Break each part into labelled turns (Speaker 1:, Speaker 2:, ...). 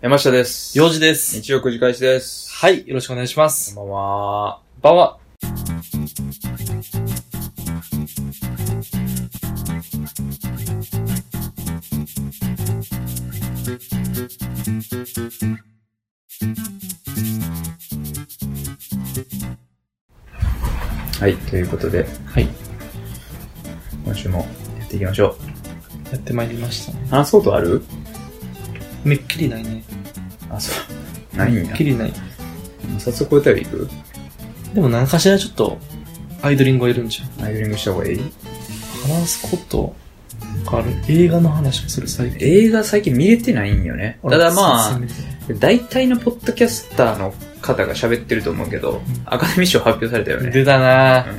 Speaker 1: 山下です。
Speaker 2: 用事です。
Speaker 1: 日曜くじ返しです。
Speaker 2: はい、よろしくお願いします。
Speaker 1: こんばんは。ばんは。はい、ということで、
Speaker 2: はい、
Speaker 1: 今週もやっていきましょ
Speaker 2: やってまいりましたね
Speaker 1: う。。話そうとある
Speaker 2: めっきりないね。
Speaker 1: あ、そう。ないん
Speaker 2: め
Speaker 1: や
Speaker 2: っき。りない。
Speaker 1: 早速お便りいく
Speaker 2: でも何かしらちょっと、アイドリングがいるんじゃん。
Speaker 1: アイドリングした方がいい
Speaker 2: 話すことがある。映画の話をする最近。
Speaker 1: 映画最近見れてないんよね。ただまあ、大体のポッドキャスターの方が喋ってると思うけど、アカデミー賞発表されたよね。
Speaker 2: 出たなぁ。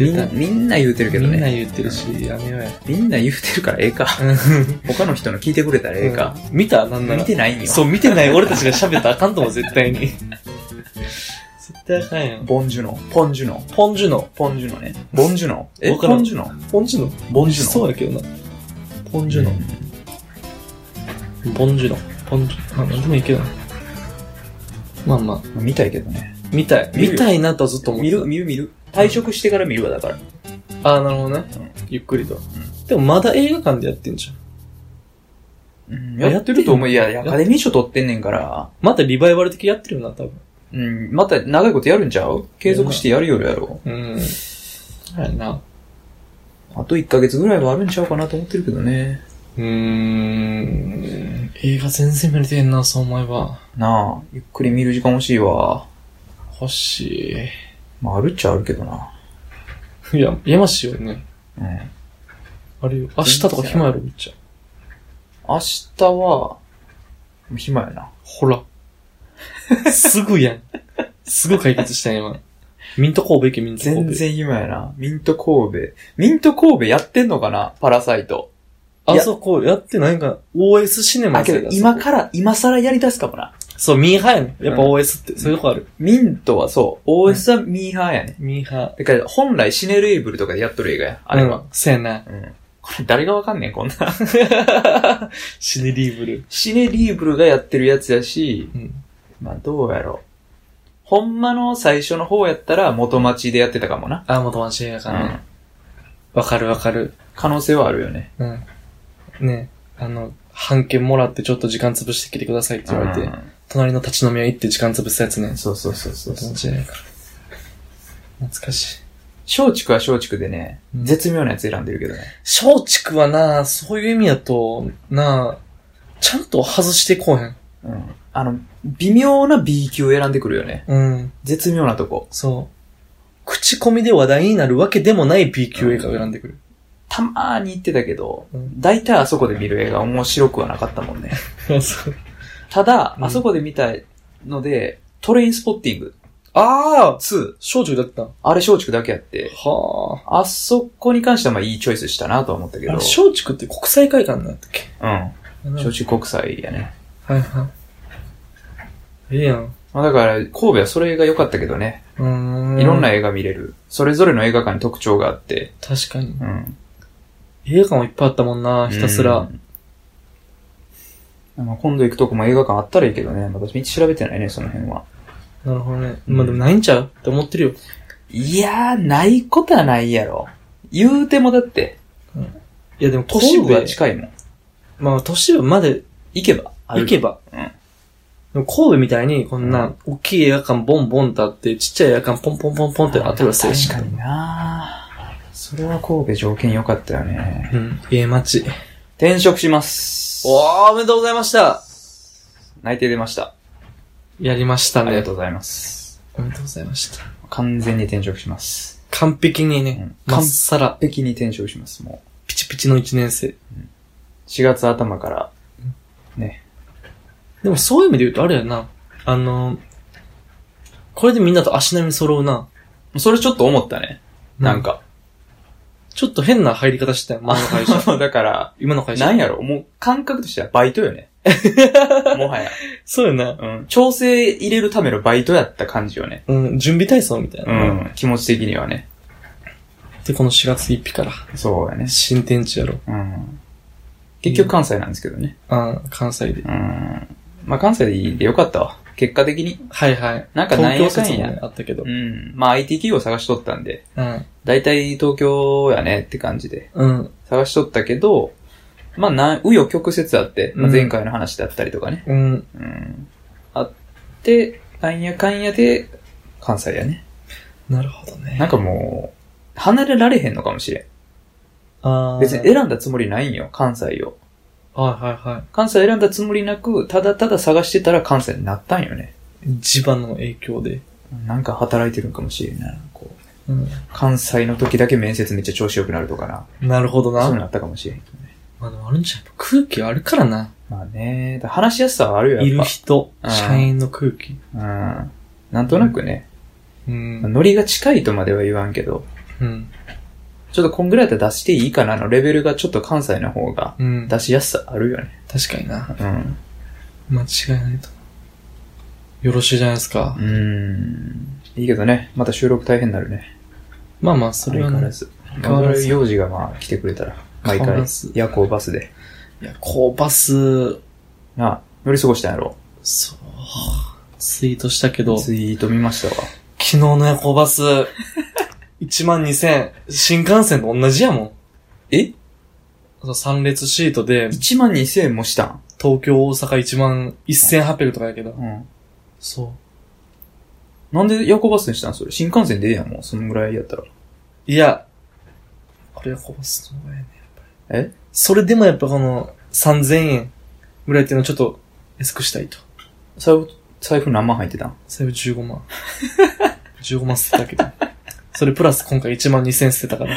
Speaker 1: うん、み
Speaker 2: 出
Speaker 1: んな
Speaker 2: た。
Speaker 1: みんな言うてるけど
Speaker 2: みんな
Speaker 1: ね。
Speaker 2: 言ってるし、やめよう や。
Speaker 1: みんな言うてるからええか。他の人の聞いてくれたらええか。
Speaker 2: うん。見たなんなら。
Speaker 1: 見てないんよ。
Speaker 2: そう、見てない俺たちが喋ったらあかんと思う、絶対に。 絶対あかんやん。
Speaker 1: ボンジュノ。ポンジュノ。
Speaker 2: ポンジュの。
Speaker 1: ポンジュノね。ボンジュノ。え、
Speaker 2: わからん
Speaker 1: ポンジュノ。
Speaker 2: ポンジュの
Speaker 1: ボンジュノ。
Speaker 2: そううやけどな。ポンジュの。ボンジュノ。ボンジュまあ、なんでもいいけどな。まあまあ、
Speaker 1: ん見たいけどね。
Speaker 2: 見たい。
Speaker 1: 見るよ
Speaker 2: 見たいなとはずっと思って
Speaker 1: 見
Speaker 2: た。
Speaker 1: る、見る、見る。退職してから見るわ、だから。
Speaker 2: ああ、なるほどね
Speaker 1: うん。
Speaker 2: ゆっくりと。でもまだ映画館でやってんじゃん。
Speaker 1: うん
Speaker 2: や
Speaker 1: やってると思う。いや、アカデミー賞取ってんねんから。
Speaker 2: またリバイバル的やってるよな、多分。
Speaker 1: うん、また長いことやるんちゃう継続してやるよりやろ。
Speaker 2: うん。あれな。
Speaker 1: あと1ヶ月ぐらいはあるんちゃうかなと思ってるけどね。
Speaker 2: うーん。映画全然見れてんな、そう思えば。
Speaker 1: なあ、ゆっくり見る時間欲しいわ。
Speaker 2: 欲し
Speaker 1: まあ、あるっちゃあるけどな。
Speaker 2: い。いや、やましいよね。
Speaker 1: うん。
Speaker 2: あれよ。明日とか暇やろ、めっちゃ。
Speaker 1: 明日は、暇やな。
Speaker 2: ほら。すぐやん。すぐ解決したやん、今。ミント神戸行け、ミント神戸。
Speaker 1: 全。然暇やな。ミント神戸。ミント神戸やってんのかなパラサイト。
Speaker 2: あそこやってないんかな。OS シネ
Speaker 1: あ、
Speaker 2: マやつ
Speaker 1: け
Speaker 2: や
Speaker 1: ど
Speaker 2: な
Speaker 1: 今から、今更やり出すかもな。
Speaker 2: そう、ミーハーやねん。やっぱ
Speaker 1: うん
Speaker 2: OS って、そういうとこある。
Speaker 1: ミントはそう、OS はミーハーやね。
Speaker 2: ミーハ
Speaker 1: だから、本来シネレーブルとかでやっとる映画や。
Speaker 2: ー。
Speaker 1: あれは。
Speaker 2: うん。せやな。
Speaker 1: うん。これ誰がわかんねん、こんな。
Speaker 2: シネリーブル。
Speaker 1: シネリーブルがやってるやつやし、
Speaker 2: うん。
Speaker 1: まあどうやろう。ほんまの最初の方やったら元町でやってたかもな。
Speaker 2: あ、もとましや
Speaker 1: う
Speaker 2: から
Speaker 1: ん
Speaker 2: ね。。わかるわかる。
Speaker 1: 可能性はあるよね。
Speaker 2: うん。ねあの、半券もらってちょっと時間潰してきてくださいって言われて、隣の立ち飲み屋行って時間潰すやつね
Speaker 1: うん。そうそうそうそう
Speaker 2: 元
Speaker 1: そう。
Speaker 2: 町やから。懐かしい。
Speaker 1: 松竹は松竹でね、
Speaker 2: うん
Speaker 1: 絶妙なやつ選んでるけどね。
Speaker 2: 松竹はな、そういう意味やと、な、ちゃんと外してこうへん。
Speaker 1: うん。あの、微妙な B 級を選んでくるよね。
Speaker 2: うん。
Speaker 1: 絶妙なとこ。
Speaker 2: そう。口コミで話題になるわけでもない B 級映画を選んでくる。
Speaker 1: たまーに言ってたけど
Speaker 2: う、ん
Speaker 1: 大体あそこで見る映画面白くはなかったもんね。
Speaker 2: そう
Speaker 1: ただ、
Speaker 2: うん
Speaker 1: あそこで見たので、トレインスポッティング
Speaker 2: ああ
Speaker 1: 2、
Speaker 2: 少女だったは
Speaker 1: あれ松竹だけやって、
Speaker 2: あ。
Speaker 1: あそこに関してはまあいいチョイスしたなとは思ったけ
Speaker 2: あれ、
Speaker 1: ど。
Speaker 2: 松竹って国際会館なんだったっけ
Speaker 1: うん。
Speaker 2: はい
Speaker 1: 承知国際やね。
Speaker 2: はい。いいやん。
Speaker 1: まあ、だから、神戸はそれが良かったけどね。
Speaker 2: うーん。
Speaker 1: いろんな。映画見れる。それぞれの映画館に特徴があって。
Speaker 2: 確かに。
Speaker 1: うん。
Speaker 2: 映画館もいっぱいあったもんな、ひたす
Speaker 1: う
Speaker 2: ら。
Speaker 1: ん。まあ、今度行くとこも映画館あったらいいけどね。まだ道調べてないね、その辺は。
Speaker 2: なるほどね。
Speaker 1: うん
Speaker 2: まあでもないんちゃうって思ってるよ。
Speaker 1: いやー、ないことはないやろ。言うてもだって、
Speaker 2: いやでも、
Speaker 1: 都市部は
Speaker 2: 神戸、
Speaker 1: 近いもん。
Speaker 2: まあ都市部まで
Speaker 1: 行けば。
Speaker 2: 行け
Speaker 1: ば。
Speaker 2: ば。
Speaker 1: うん
Speaker 2: でも神戸みたいに、こんな、大きい映画館ボンボンとあって、ちっちゃい映画館ポンポンポンポンってあったらせえ
Speaker 1: 確かになそれは神戸条件良かったよね。
Speaker 2: うん。ええ街。
Speaker 1: 転職します。
Speaker 2: おー、おめでとうございました
Speaker 1: 内定出ました。
Speaker 2: やりました
Speaker 1: ありが
Speaker 2: ね。
Speaker 1: とうございます。
Speaker 2: おめでとうございました。
Speaker 1: 完全に転職します。
Speaker 2: 完璧にね、
Speaker 1: うん
Speaker 2: まっさら、
Speaker 1: 北京に転職します、もう。
Speaker 2: ピチピチの1年生。
Speaker 1: 4月頭から。ね。
Speaker 2: でもそういう意味で言うとあれやな。あの、これでみんなと足並み揃うな。
Speaker 1: それちょっと思ったね。なんか。
Speaker 2: ちょっと変な入り方してたよ、前の会社。
Speaker 1: だから、
Speaker 2: 今の会社。
Speaker 1: なんやろ、もう感覚としてはバイトよ ね。もはや。
Speaker 2: そうよな。
Speaker 1: うん。調整入れるためのバイトやった感じよね。
Speaker 2: うん、準備体操みたいうな。
Speaker 1: ん。気持ち的にはね。
Speaker 2: で、この4月1日から、
Speaker 1: そうやね。
Speaker 2: 新天地やろ。
Speaker 1: うん。結局関西なんですけどね。
Speaker 2: あー関西で。
Speaker 1: うん。まあ関西でよかったわ。結果的に。
Speaker 2: はいはい。
Speaker 1: なんかなんやかんや
Speaker 2: 東京説もねあったけど
Speaker 1: う。ん。まあ IT 企業探しとったんで、
Speaker 2: うん。
Speaker 1: 大体東京やねって感じで
Speaker 2: うん。
Speaker 1: 探しとったけど、まあなん、紆余曲折あって、まあ、
Speaker 2: うん
Speaker 1: 前回の話だったりとかね。
Speaker 2: うん。
Speaker 1: うん。あって、なんやかんやで関西やね。
Speaker 2: なるほどね。
Speaker 1: なんかもう、離れられへんのかもしれ
Speaker 2: あ
Speaker 1: ん。
Speaker 2: ー
Speaker 1: 別に選んだつもりないんよ、関西を。
Speaker 2: はいはいは
Speaker 1: 関西選んだつもりなく、ただただ探してたら関西になったんよね。
Speaker 2: い。地場の影響で。
Speaker 1: なんか働いてるんかもしれんない。こう
Speaker 2: うん。
Speaker 1: 関西の時だけ面接めっちゃ調子良くなるとかな。
Speaker 2: なるほど
Speaker 1: そう
Speaker 2: な。
Speaker 1: なったかもしれんけどね。
Speaker 2: まあでもあるんじゃん。やっぱ空気あるからな。
Speaker 1: まあね、だ話しやすさはあるよ、やっぱ。
Speaker 2: いる人
Speaker 1: う、ん
Speaker 2: 社員の空気。
Speaker 1: うん。なんとなくね、
Speaker 2: うん。
Speaker 1: ノリが近いとまでは言わんけど、
Speaker 2: うん。
Speaker 1: ちょっとこんぐらいだったら出していいかなのレベルがちょっと関西の方が
Speaker 2: うん。
Speaker 1: 出
Speaker 2: 確
Speaker 1: しやすさあるよね。
Speaker 2: かにな。
Speaker 1: うん。
Speaker 2: 間違いないと。よろしいじゃないですか
Speaker 1: う。ーん。いいけどね、また収録大変になるね。
Speaker 2: まあまあ、それは
Speaker 1: 相変わ
Speaker 2: ね
Speaker 1: ら。ず。
Speaker 2: 変わらず
Speaker 1: 我々幼児がまあ来てくれたら、毎
Speaker 2: 変わ
Speaker 1: 回
Speaker 2: らず
Speaker 1: 夜行バスで。
Speaker 2: いや、こう、バス、
Speaker 1: なあ、乗り過ごしたんやろ。
Speaker 2: そう、ツイートしたけど、昨
Speaker 1: ツイート見ましたわ。
Speaker 2: 日の夜行バス、1万2000、新幹線と同じやもん。
Speaker 1: え
Speaker 2: そう3列シートで、
Speaker 1: ?1 万2000円もしたん
Speaker 2: 東京、大阪1万1800とかやけど。
Speaker 1: うん。
Speaker 2: そう。
Speaker 1: なんで夜行バスにしたんそれ。新幹線でええやん、もう。そのぐらいやったら。
Speaker 2: いや、これ夜行バスの方がやね、やっぱり
Speaker 1: え。
Speaker 2: それでもやっぱこの、3000円ぐらいっていうのはちょっと安くしたいと。
Speaker 1: 財布、財布何万入ってたん
Speaker 2: 最後15万。15万捨てたけど。それプラス今回1万2000捨てたから。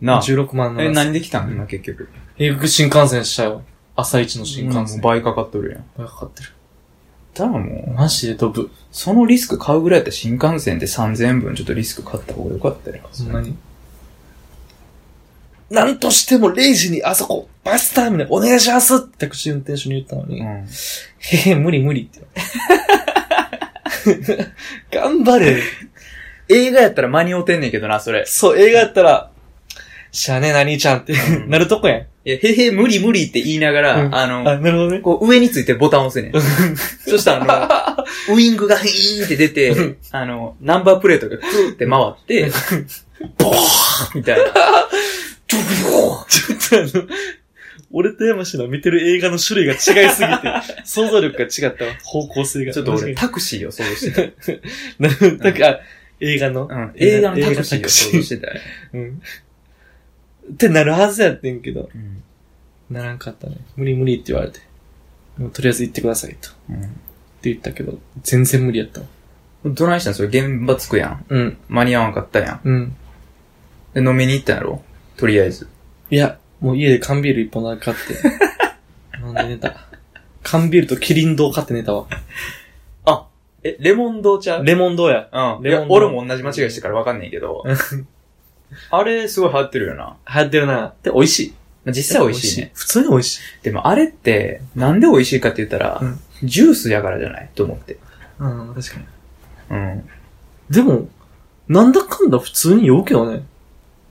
Speaker 1: なあ。
Speaker 2: 16万
Speaker 1: え、
Speaker 2: の。
Speaker 1: 何できたん今結局。
Speaker 2: 英国新幹線したよ。朝一の
Speaker 1: 新
Speaker 2: 新
Speaker 1: 幹
Speaker 2: 幹
Speaker 1: 線
Speaker 2: 線。
Speaker 1: 倍かかっとるやん。
Speaker 2: 倍かかってる。
Speaker 1: たらもう、
Speaker 2: マジで飛ぶ。
Speaker 1: そのリスク買うぐらいやったら新幹線で3000円分ちょっとリスク買った方がよかったよ。
Speaker 2: ほんまに。なんとしても0時にあそこ、バスターミナルお願いしますってタクシー運転手に言ったのに。
Speaker 1: うん。
Speaker 2: へへ、無理無理って 言われて。頑張れ。
Speaker 1: 映画やったら間に合うてんねんけどな、それ。
Speaker 2: そう、映画やったら、しゃあねえな、兄ちゃんって、
Speaker 1: うん
Speaker 2: なるとこやん。
Speaker 1: いや、へへ、無理無理って言いながら、
Speaker 2: うん
Speaker 1: あの、
Speaker 2: あ、なるほどね。
Speaker 1: こう上についてボタン押せねん。 そしたらあの、ウイングがヒーンって出
Speaker 2: うん
Speaker 1: て、あの、ナンバープレートがクーって回って、ボーンみたいな。ドゥ
Speaker 2: ちょっとあの、俺と山氏の見てる映画の種類が違いすぎて、 想像力が違ったわ。方向性
Speaker 1: ブ
Speaker 2: が。
Speaker 1: ーちょっと俺、タクシーを想像してた。
Speaker 2: なるなんか、あ映画の
Speaker 1: う。ん、映画のタクシーを想像してたよ。
Speaker 2: うん。ってなるはずやってんけど、
Speaker 1: うん
Speaker 2: ならんかったね。無理無理って言われて。もうとりあえず行ってくださいと。っ
Speaker 1: う
Speaker 2: て言ったけど、全然無理やったわ。
Speaker 1: ん。どないしたんそれ現場着くやん。
Speaker 2: うん、
Speaker 1: 間に合わんかったやん。
Speaker 2: うん。
Speaker 1: で、飲みに行ったんやろとりあえず。
Speaker 2: いや、もう家で缶ビール一本だけ買って、 飲んで寝た。缶ビールとキリン堂買って寝たわ。
Speaker 1: あ、え、レモンドちゃう
Speaker 2: レモン堂や。
Speaker 1: うん。い
Speaker 2: レモ
Speaker 1: や
Speaker 2: ン、堂
Speaker 1: 俺も同じ間違いしてからわかんないけど。あれ、すごい流行ってるよな。
Speaker 2: 流行ってるな。で、美味しい。
Speaker 1: まあ実際美味しいね。。
Speaker 2: 普通に美味しい。
Speaker 1: でもあれって、なんで美味しいかって言ったら、
Speaker 2: うん
Speaker 1: ジュースやからじゃないと思って。
Speaker 2: うん、確か
Speaker 1: う
Speaker 2: に。
Speaker 1: ん。
Speaker 2: でも、なんだかんだ普通に酔うけどね。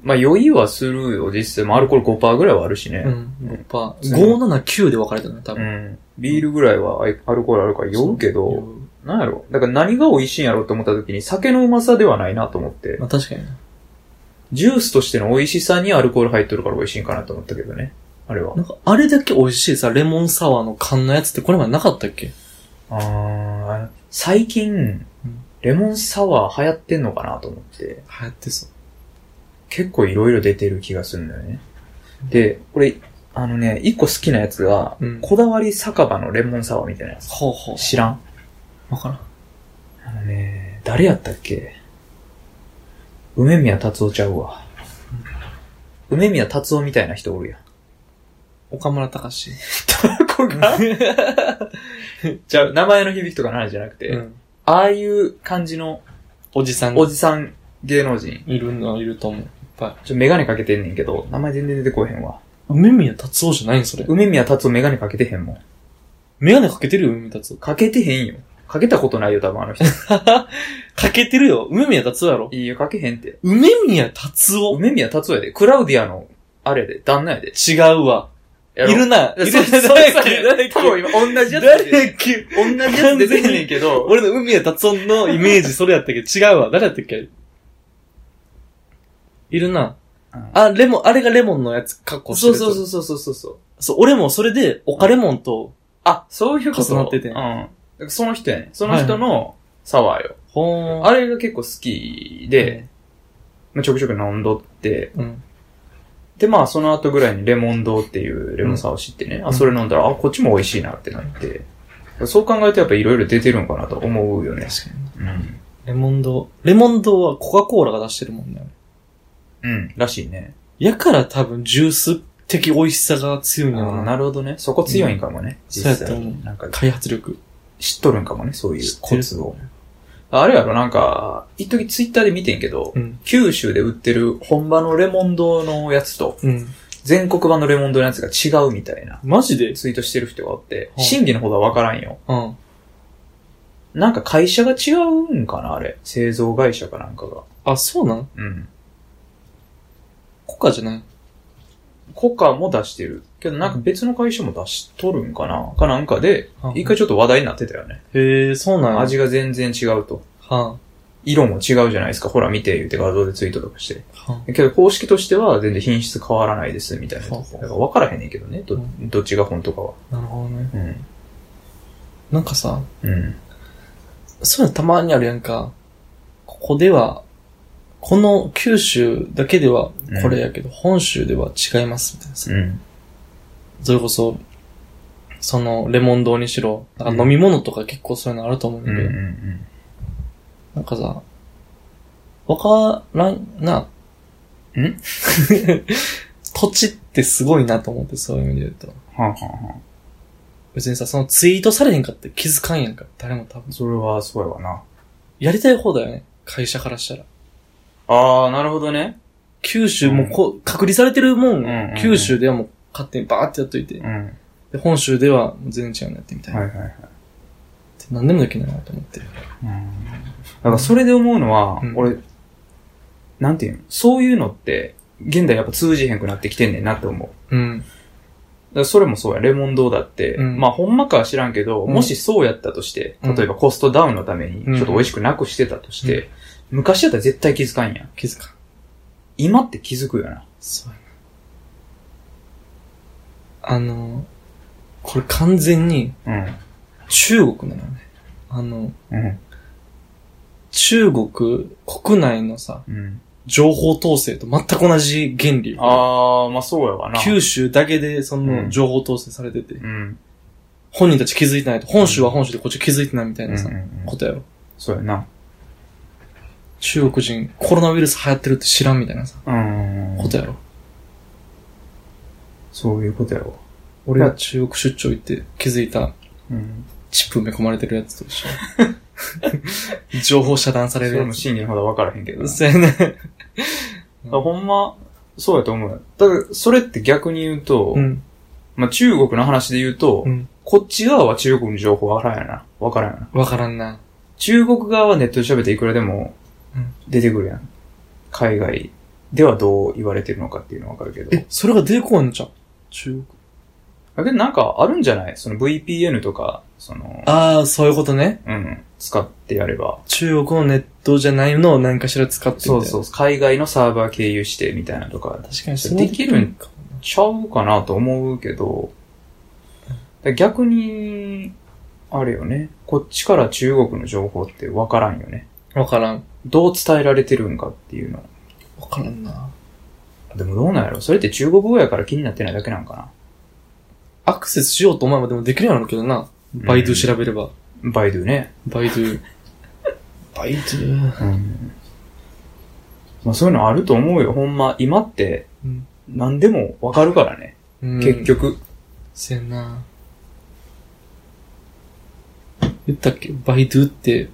Speaker 1: まあ、酔いはするよ、実際。まあ、アルコール5%ぐらいはあるし
Speaker 2: う
Speaker 1: ね。
Speaker 2: ん。やっぱ、
Speaker 1: うん
Speaker 2: 579で分かれてるね、多
Speaker 1: うん。
Speaker 2: 分。
Speaker 1: ビールぐらいはアイアルコールあるから酔うけ
Speaker 2: 酔
Speaker 1: ど、
Speaker 2: う
Speaker 1: なんやろだから何が美味しいんやろうと思った時に、酒のうまさではないなと思って、
Speaker 2: まあ確かにね。
Speaker 1: ジュースとしての美味しさにアルコール入っとるから美味しいんかなと思ったけどね。あれは
Speaker 2: な。んか、あれだけ美味しいさ、レモンサワーの缶のやつってこれまでなかったっけ
Speaker 1: あー最近
Speaker 2: うん、
Speaker 1: レモンサワー流行ってんのかなと思って。
Speaker 2: 流行ってそう。
Speaker 1: 結構いろいろ出てる気がするんだよね。で、これ、あのね、一個好きなやつが、
Speaker 2: うん
Speaker 1: こだわり酒場のレモンサワーみたいなやつ。
Speaker 2: ほうほ
Speaker 1: 知らん
Speaker 2: う。わからん。
Speaker 1: あのね、誰やったっけ梅宮達夫ちゃうわ。梅宮達夫みたいな人おるやん。
Speaker 2: 岡村隆 史。
Speaker 1: こがじゃあ、名前の響きとかの話じゃなくて、
Speaker 2: うん。
Speaker 1: ああいう感じの
Speaker 2: おじさんが
Speaker 1: おじさん芸能人。
Speaker 2: いるのはいると思う。いっぱ
Speaker 1: ちょ、メガネかけてんねんけど、名前全然出てこへんわ。
Speaker 2: い。梅宮達夫じゃないんそれ。
Speaker 1: 梅宮達夫メガネかけてへんもん。
Speaker 2: メガネかけてるよ、梅宮達夫。
Speaker 1: かけてへんよ。かけたことないよ、多分あの 人。
Speaker 2: かけてるよ。梅宮達夫やろ。
Speaker 1: いいよ、かけへんって。
Speaker 2: 梅宮達夫
Speaker 1: 梅宮達夫やで。クラウディアの、あれやで、旦那やで。
Speaker 2: 違うわ。
Speaker 1: やろ
Speaker 2: いるな。
Speaker 1: そう
Speaker 2: いる
Speaker 1: そう そう
Speaker 2: 誰っけ
Speaker 1: そう。多分今同じやつ出て
Speaker 2: 誰
Speaker 1: る。
Speaker 2: っけ
Speaker 1: 同じやつ出てんねんけど、
Speaker 2: 俺の海谷達音のイメージそれやったけど、違うわ。誰やったっけいるな
Speaker 1: うん。
Speaker 2: あ、レモン、あれがレモンのやつ、格好して
Speaker 1: そ
Speaker 2: る
Speaker 1: う
Speaker 2: やつ。
Speaker 1: そうそうそうそうそう。
Speaker 2: そう。俺もそれで、オカレモンと、
Speaker 1: あ、そういうこと
Speaker 2: 重なってて
Speaker 1: うん。だからその人やねその人のサワーよ。
Speaker 2: ほーん。
Speaker 1: あれが結構好きで、、まあ、ちょくちょく飲んどって、
Speaker 2: うん。
Speaker 1: で、まあ、その後ぐらいにレモン堂っていうレモンサワーを知ってね、
Speaker 2: う
Speaker 1: あ、
Speaker 2: ん
Speaker 1: それ飲んだら、あ、こっちも美味しいなってなって、そう考えるとやっぱいろいろ出てるんかなと思うよね。
Speaker 2: 確かに。
Speaker 1: うん。
Speaker 2: レモンド、レモンドはコカ・コーラが出してるもんね。
Speaker 1: うん、らしいね。
Speaker 2: やから多分ジュース的美味しさが強いんだろうな。
Speaker 1: なるほどね。そこ強いんかもね。
Speaker 2: そうやと思う
Speaker 1: になんか、
Speaker 2: 開発力。
Speaker 1: 知っとるんかもね、そういう
Speaker 2: 知って
Speaker 1: コ
Speaker 2: る
Speaker 1: ツを。あれやろ、なんか、一時ツイッターで見てんけど、
Speaker 2: うん。
Speaker 1: 九州で売ってる本場のレモン堂のやつと、
Speaker 2: うん。
Speaker 1: 全国版のレモン堂のやつが違うみたいな
Speaker 2: マジで
Speaker 1: ツイートしてる人がおって、
Speaker 2: はい
Speaker 1: 真偽のほどはわからんよ。
Speaker 2: うん。
Speaker 1: なんか会社が違うんかな、あれ。製造会社かなんかが。
Speaker 2: あ、そうなん
Speaker 1: うん。
Speaker 2: コカじゃない
Speaker 1: コカも出してる。けどなんか別の会社も出しとるんかなかなんかで、
Speaker 2: うん
Speaker 1: 一回ちょっと話題になってたよね。
Speaker 2: へえ、そうなんや。
Speaker 1: 味が全然違うと。
Speaker 2: は
Speaker 1: 色も違うじゃないですか。ほら見て、言うて画像でツイートとかして。
Speaker 2: あ、はあ、
Speaker 1: けど公式としては全然品質変わらないです、みたいな。
Speaker 2: ほう
Speaker 1: だ
Speaker 2: ほう
Speaker 1: から分からへんねんけどね。
Speaker 2: う
Speaker 1: ど、どっちが本とかは。
Speaker 2: なるほどね。
Speaker 1: うん。
Speaker 2: なんかさ、
Speaker 1: うん。
Speaker 2: そういうのたまにあるやんか。ここでは、この九州だけではこれやけど、本州では違いますみたいなさ。
Speaker 1: うん。
Speaker 2: それこそ、その、レモン堂にしろ、なんか飲み物とか結構そういうのあると思うん
Speaker 1: う
Speaker 2: だ
Speaker 1: ん。
Speaker 2: け
Speaker 1: う
Speaker 2: ど、
Speaker 1: ん。
Speaker 2: なんかさ、わからんな。
Speaker 1: ん
Speaker 2: 土地ってすごいなと思って、そういう意味で言うと。
Speaker 1: はんはんは
Speaker 2: 別にさ、そのツイートされへんかって気づかんやんか。誰も多分
Speaker 1: ん。。それはそうやわな。
Speaker 2: やりたい方だよね。会社からしたら。
Speaker 1: あー、なるほどね。
Speaker 2: 九州もこ、う隔離されてるもん,、
Speaker 1: んうんうん
Speaker 2: 九州ではもう勝手にバーってやっといて、
Speaker 1: うん。
Speaker 2: で本州ではもう全然違うんだってみたいな。
Speaker 1: はいはいはい。
Speaker 2: って何でもできないなと思って。
Speaker 1: うんだからそれで思うのは、
Speaker 2: うん
Speaker 1: 俺、なんていうのそういうのって、現代やっぱ通じへんくなってきてんねんなって思う。だ
Speaker 2: うん。
Speaker 1: からそれもそうや、レモン堂だって、
Speaker 2: うん
Speaker 1: まあほんまかは知らんけど、
Speaker 2: うん
Speaker 1: もしそうやったとして、
Speaker 2: うん
Speaker 1: 例えばコストダウンのために、
Speaker 2: うん
Speaker 1: ちょっと美味しくなくしてたとして、昔やったら絶対気づかんやん。
Speaker 2: 気づかん。
Speaker 1: 今って気づくよな。
Speaker 2: そうやな。あの、これ完全に中国なのね。あの、
Speaker 1: うん。うん。
Speaker 2: 中国国内のさ、
Speaker 1: うん。
Speaker 2: 情報統制と全く同じ原理。
Speaker 1: あー、まあそうやわな。
Speaker 2: 九州だけでそうの
Speaker 1: ん
Speaker 2: 情報統制されてて、
Speaker 1: うん。
Speaker 2: 本人たち気づいてないと、本州は本州でこっち気づいてないみたい
Speaker 1: うんう
Speaker 2: なんさ、
Speaker 1: うん
Speaker 2: ことやろ。
Speaker 1: そうやな。
Speaker 2: 中国人コロナウイルス流行ってるって知らんみたいなさ、
Speaker 1: うん。
Speaker 2: ことやろ。
Speaker 1: そういうことやわ。
Speaker 2: 俺が中国出張行って気づいた
Speaker 1: うん。
Speaker 2: チップ埋め込まれてるやつと 一緒。情報遮断さ
Speaker 1: そ
Speaker 2: れる
Speaker 1: れ
Speaker 2: や
Speaker 1: も
Speaker 2: つ。
Speaker 1: 真偽のほど分からへんけどな。
Speaker 2: そうやね。
Speaker 1: あほんま、そうやと思うよ。だから、それって逆に言うと、
Speaker 2: うん。
Speaker 1: まあ、中国の話で言うと、
Speaker 2: うん。
Speaker 1: こっち側は中国の情報わからんやな。わからんやな。
Speaker 2: わからんな。
Speaker 1: 中国側はネットで喋っていくらでも
Speaker 2: うん
Speaker 1: 出てくるやん。海外ではどう言われてるのかっていうのはわかるけど。
Speaker 2: え、それが出てこんのじゃん。中国。
Speaker 1: だけどなんかあるんじゃないその VPN とか、その、
Speaker 2: ああ、そういうことね。
Speaker 1: うん、使ってやれば。
Speaker 2: 中国のネットじゃないのを何かしら使ってみたい
Speaker 1: そ
Speaker 2: な
Speaker 1: うそう、海外のサーバー経由してみたいなとか、
Speaker 2: 確かに
Speaker 1: できるんちゃうかなと思うけど、逆に、あれよね。こっちから中国の情報って分からんよね。
Speaker 2: わからん。
Speaker 1: どう伝えられてるんかっていうの。
Speaker 2: わからんな。
Speaker 1: でもどうなんやろそれって中国語やから気になってないだけなんか
Speaker 2: アクセスしようと思えばでもできるようになるけどな。
Speaker 1: ん
Speaker 2: バイドゥ調べれば。
Speaker 1: なバイドゥね。
Speaker 2: バイドゥ。バイドゥ。
Speaker 1: うん。まあそういうのあると思うよ。ほんま、今って
Speaker 2: うん
Speaker 1: 何でも分かるからね。結。局。
Speaker 2: せやな。言ったっけバイドゥって、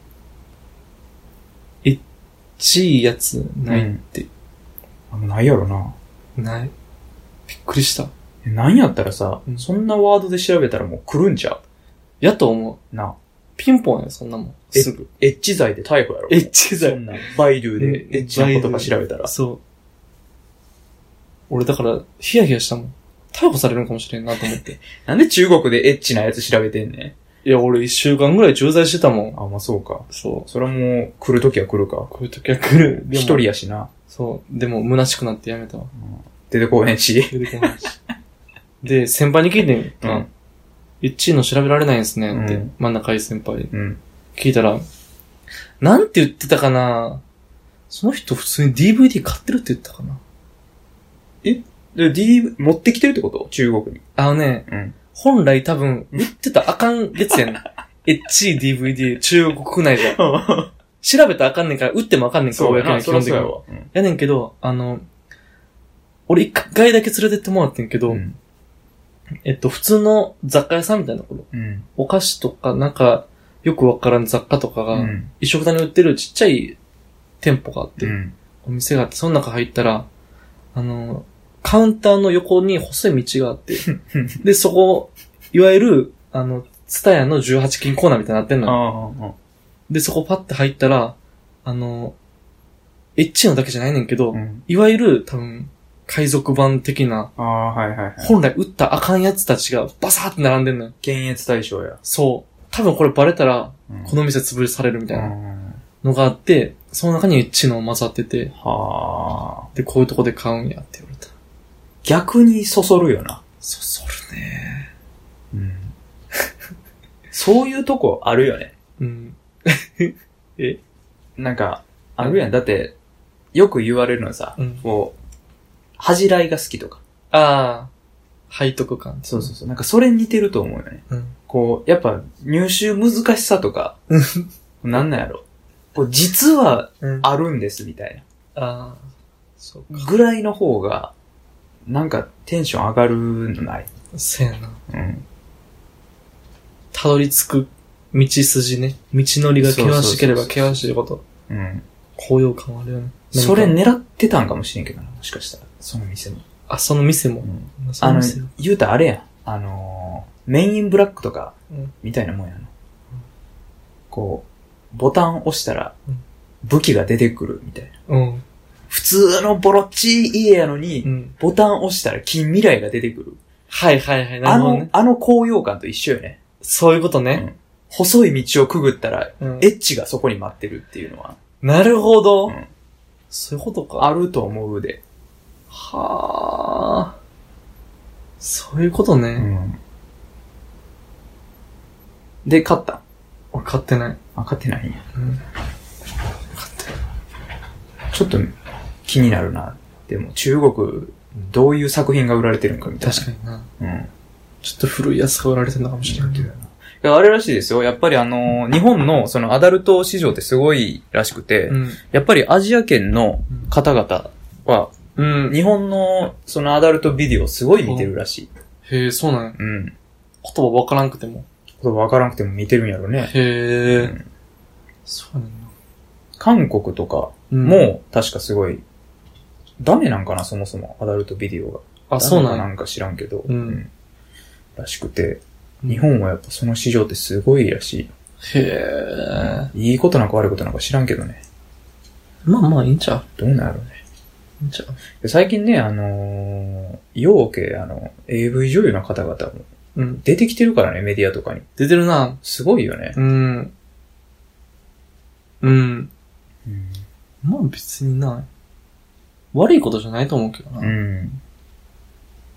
Speaker 2: エッチいやつないって、
Speaker 1: あんまないやろな。
Speaker 2: ない。びっくりした。
Speaker 1: えなんやったらさ、
Speaker 2: うん
Speaker 1: そんなワードで調べたらもう来るんちゃ
Speaker 2: やと思う。
Speaker 1: うな。
Speaker 2: ピンポンや、そんなもん。
Speaker 1: え
Speaker 2: すぐ。
Speaker 1: エッチ罪で逮捕やろ。
Speaker 2: エッチ
Speaker 1: そ
Speaker 2: 剤。
Speaker 1: んなん、バイドゥ
Speaker 2: うん
Speaker 1: でエッチなことか調べたら。
Speaker 2: そう。俺だから、ヒヤヒヤしたもん。逮捕されるんかもしれんなと思って。
Speaker 1: なんで中国でエッチなやつ調べてんね
Speaker 2: いや、俺一週間ぐらい駐在してたもん
Speaker 1: ん。。あ、まあそうか。
Speaker 2: そう。
Speaker 1: それはもう、来るときは来るか。
Speaker 2: こういう時は来る。で
Speaker 1: 一
Speaker 2: も
Speaker 1: 人。やしな。
Speaker 2: そう。でも、虚しくなってやめたわ。
Speaker 1: 出てこへんし。
Speaker 2: 出てこないし。で、先輩に聞いてみた。
Speaker 1: うん
Speaker 2: エッチーの調べられないんですね。って、
Speaker 1: うん
Speaker 2: 真ん中い先輩。
Speaker 1: うん。
Speaker 2: 聞いたら、なんて言ってたかなその人普通に DVD 買ってるって言ったかな
Speaker 1: で、D、持ってきてるってこと中国に。
Speaker 2: あのね、
Speaker 1: うん。
Speaker 2: 本来多分、売ってたらあかんやつやねん。エッチー DVD、中国国内じゃん。調べたらあかんねんから、売ってもあかんねんか ら、
Speaker 1: そうや
Speaker 2: 公には
Speaker 1: な、
Speaker 2: 基
Speaker 1: そ
Speaker 2: 本
Speaker 1: ら
Speaker 2: 的
Speaker 1: そう
Speaker 2: に
Speaker 1: や
Speaker 2: は。
Speaker 1: わ。うん
Speaker 2: やねんけど、あの、俺一回だけ連れてってもらってんけど、
Speaker 1: うん。
Speaker 2: えっと、普通の雑貨屋さんみたいなこと。
Speaker 1: うん。
Speaker 2: お菓子とか、なんか、よくわからん雑貨とか
Speaker 1: う
Speaker 2: が、
Speaker 1: ん。
Speaker 2: 一食単に売ってるちっちゃい店舗があって、
Speaker 1: うん。
Speaker 2: お店があって、その中入ったら、あの、カウンターの横に細い道が あって、で、そこ、いわゆる、あの、ツタヤの18金コーナーみたいになってんのよ。
Speaker 1: ああ、
Speaker 2: で、そこパッて入ったら、あの、エッチのだけじゃないねんけど、
Speaker 1: うん。
Speaker 2: いわゆる、多分、海賊版的な、
Speaker 1: ああ、はいはいはい。
Speaker 2: 本来打ったらあかんやつたちがバサーって並んでんのよ。
Speaker 1: 検閲対象や。
Speaker 2: そう。多分これバレたら、
Speaker 1: うん
Speaker 2: この店潰されるみたいな
Speaker 1: うん
Speaker 2: のがあって、その中にエッチの混ざってて、
Speaker 1: はあ。
Speaker 2: で、こういうとこで買うんやって言われた。
Speaker 1: 逆にそそるよな。
Speaker 2: そそるね。
Speaker 1: うん。 そういうとこあるよね。
Speaker 2: うん。
Speaker 1: なんか、あるやん。だって、よく言われるのはさ、
Speaker 2: うん。
Speaker 1: こう、恥じらいが好きとか。
Speaker 2: ああ、背徳感。
Speaker 1: そうそうそう。なんかそれに似てると思うよね。
Speaker 2: うん。
Speaker 1: こう、やっぱ入手難しさとか、なんなんやろ。こう、実は
Speaker 2: うん。あ
Speaker 1: あるんですみたい
Speaker 2: あー、そう
Speaker 1: な。ぐらいの方が、なんかテンション上がるのない。
Speaker 2: か。せやな。
Speaker 1: うん。
Speaker 2: たどり着く道筋ね。道のりが険しければ険しいほど、
Speaker 1: うん。
Speaker 2: 高揚感はあるよね。
Speaker 1: それ
Speaker 2: 何か。
Speaker 1: 狙ってたんかもしれんけどな、もしかしたら。その店も。
Speaker 2: あ、その店も。
Speaker 1: うん
Speaker 2: まあそ
Speaker 1: あ
Speaker 2: の
Speaker 1: の
Speaker 2: 店も。、
Speaker 1: 言うたらあれやん。あのー、メインブラックとか
Speaker 2: うん、
Speaker 1: みたいなもんやな。こう、ボタン押したら
Speaker 2: うん、
Speaker 1: 武器が出てくるみたいな。
Speaker 2: うん。
Speaker 1: 普通のボロっちい家やのに、
Speaker 2: うん。
Speaker 1: ボタン押したら近未来が出てくる。
Speaker 2: はいはいはい。な
Speaker 1: あ
Speaker 2: るほど
Speaker 1: の、
Speaker 2: ね。
Speaker 1: あの高揚感と一緒よね。
Speaker 2: そういうことね。
Speaker 1: 細い道をくぐったら、
Speaker 2: うん
Speaker 1: エッジがそこに待ってるっていうのは、
Speaker 2: なるほど。
Speaker 1: うん
Speaker 2: そういうことか。
Speaker 1: あると思うで。
Speaker 2: はあ。そういうことね。
Speaker 1: で、勝ったん
Speaker 2: 俺買ってない。
Speaker 1: あ、勝ってないんや。
Speaker 2: うん。
Speaker 1: ちょっと気になるな。でも中国、どういう作品が売られてるんかみたいな。
Speaker 2: 確かにな。
Speaker 1: に。うん。
Speaker 2: ちょっと古いやつが売られてるのかもしれないけど。
Speaker 1: いやあれらしいですよ。やっぱりあのー、日本のそのアダルト市場ってすごいらしくて、
Speaker 2: うん。
Speaker 1: やっぱりアジア圏の方々は、
Speaker 2: うん。
Speaker 1: 日本のそのアダルトビデオすごい見てるらしい。
Speaker 2: へえ、そうなんや。
Speaker 1: うん。
Speaker 2: 言葉わからんくても。
Speaker 1: ことわからなくても見てるんやろね。
Speaker 2: へ
Speaker 1: う
Speaker 2: え。そうなんや。
Speaker 1: 韓国とか
Speaker 2: うん
Speaker 1: も確かすごい、ダメなんかな、そもそも、アダルトビデオが。
Speaker 2: あ、そう
Speaker 1: ダメ
Speaker 2: な
Speaker 1: か
Speaker 2: ん
Speaker 1: な
Speaker 2: や。
Speaker 1: んか知らんけど。
Speaker 2: うん
Speaker 1: らしくて、日本はやっぱその市場ってすごいらしい。
Speaker 2: へえ。
Speaker 1: いいことなんか悪いことなんか知らんけどね。
Speaker 2: まあまあ、いいんちゃう
Speaker 1: どうなんやろうね。
Speaker 2: いいんちゃう
Speaker 1: で最近ね、あのー、ようけ、あの、AV 女優の方々も
Speaker 2: うん。
Speaker 1: 出てきてるからね、メディアとかに。
Speaker 2: 出てるな。
Speaker 1: すごいよね。
Speaker 2: うん。うん。
Speaker 1: うん。
Speaker 2: まあ別にな。悪いことじゃないと思うけどな。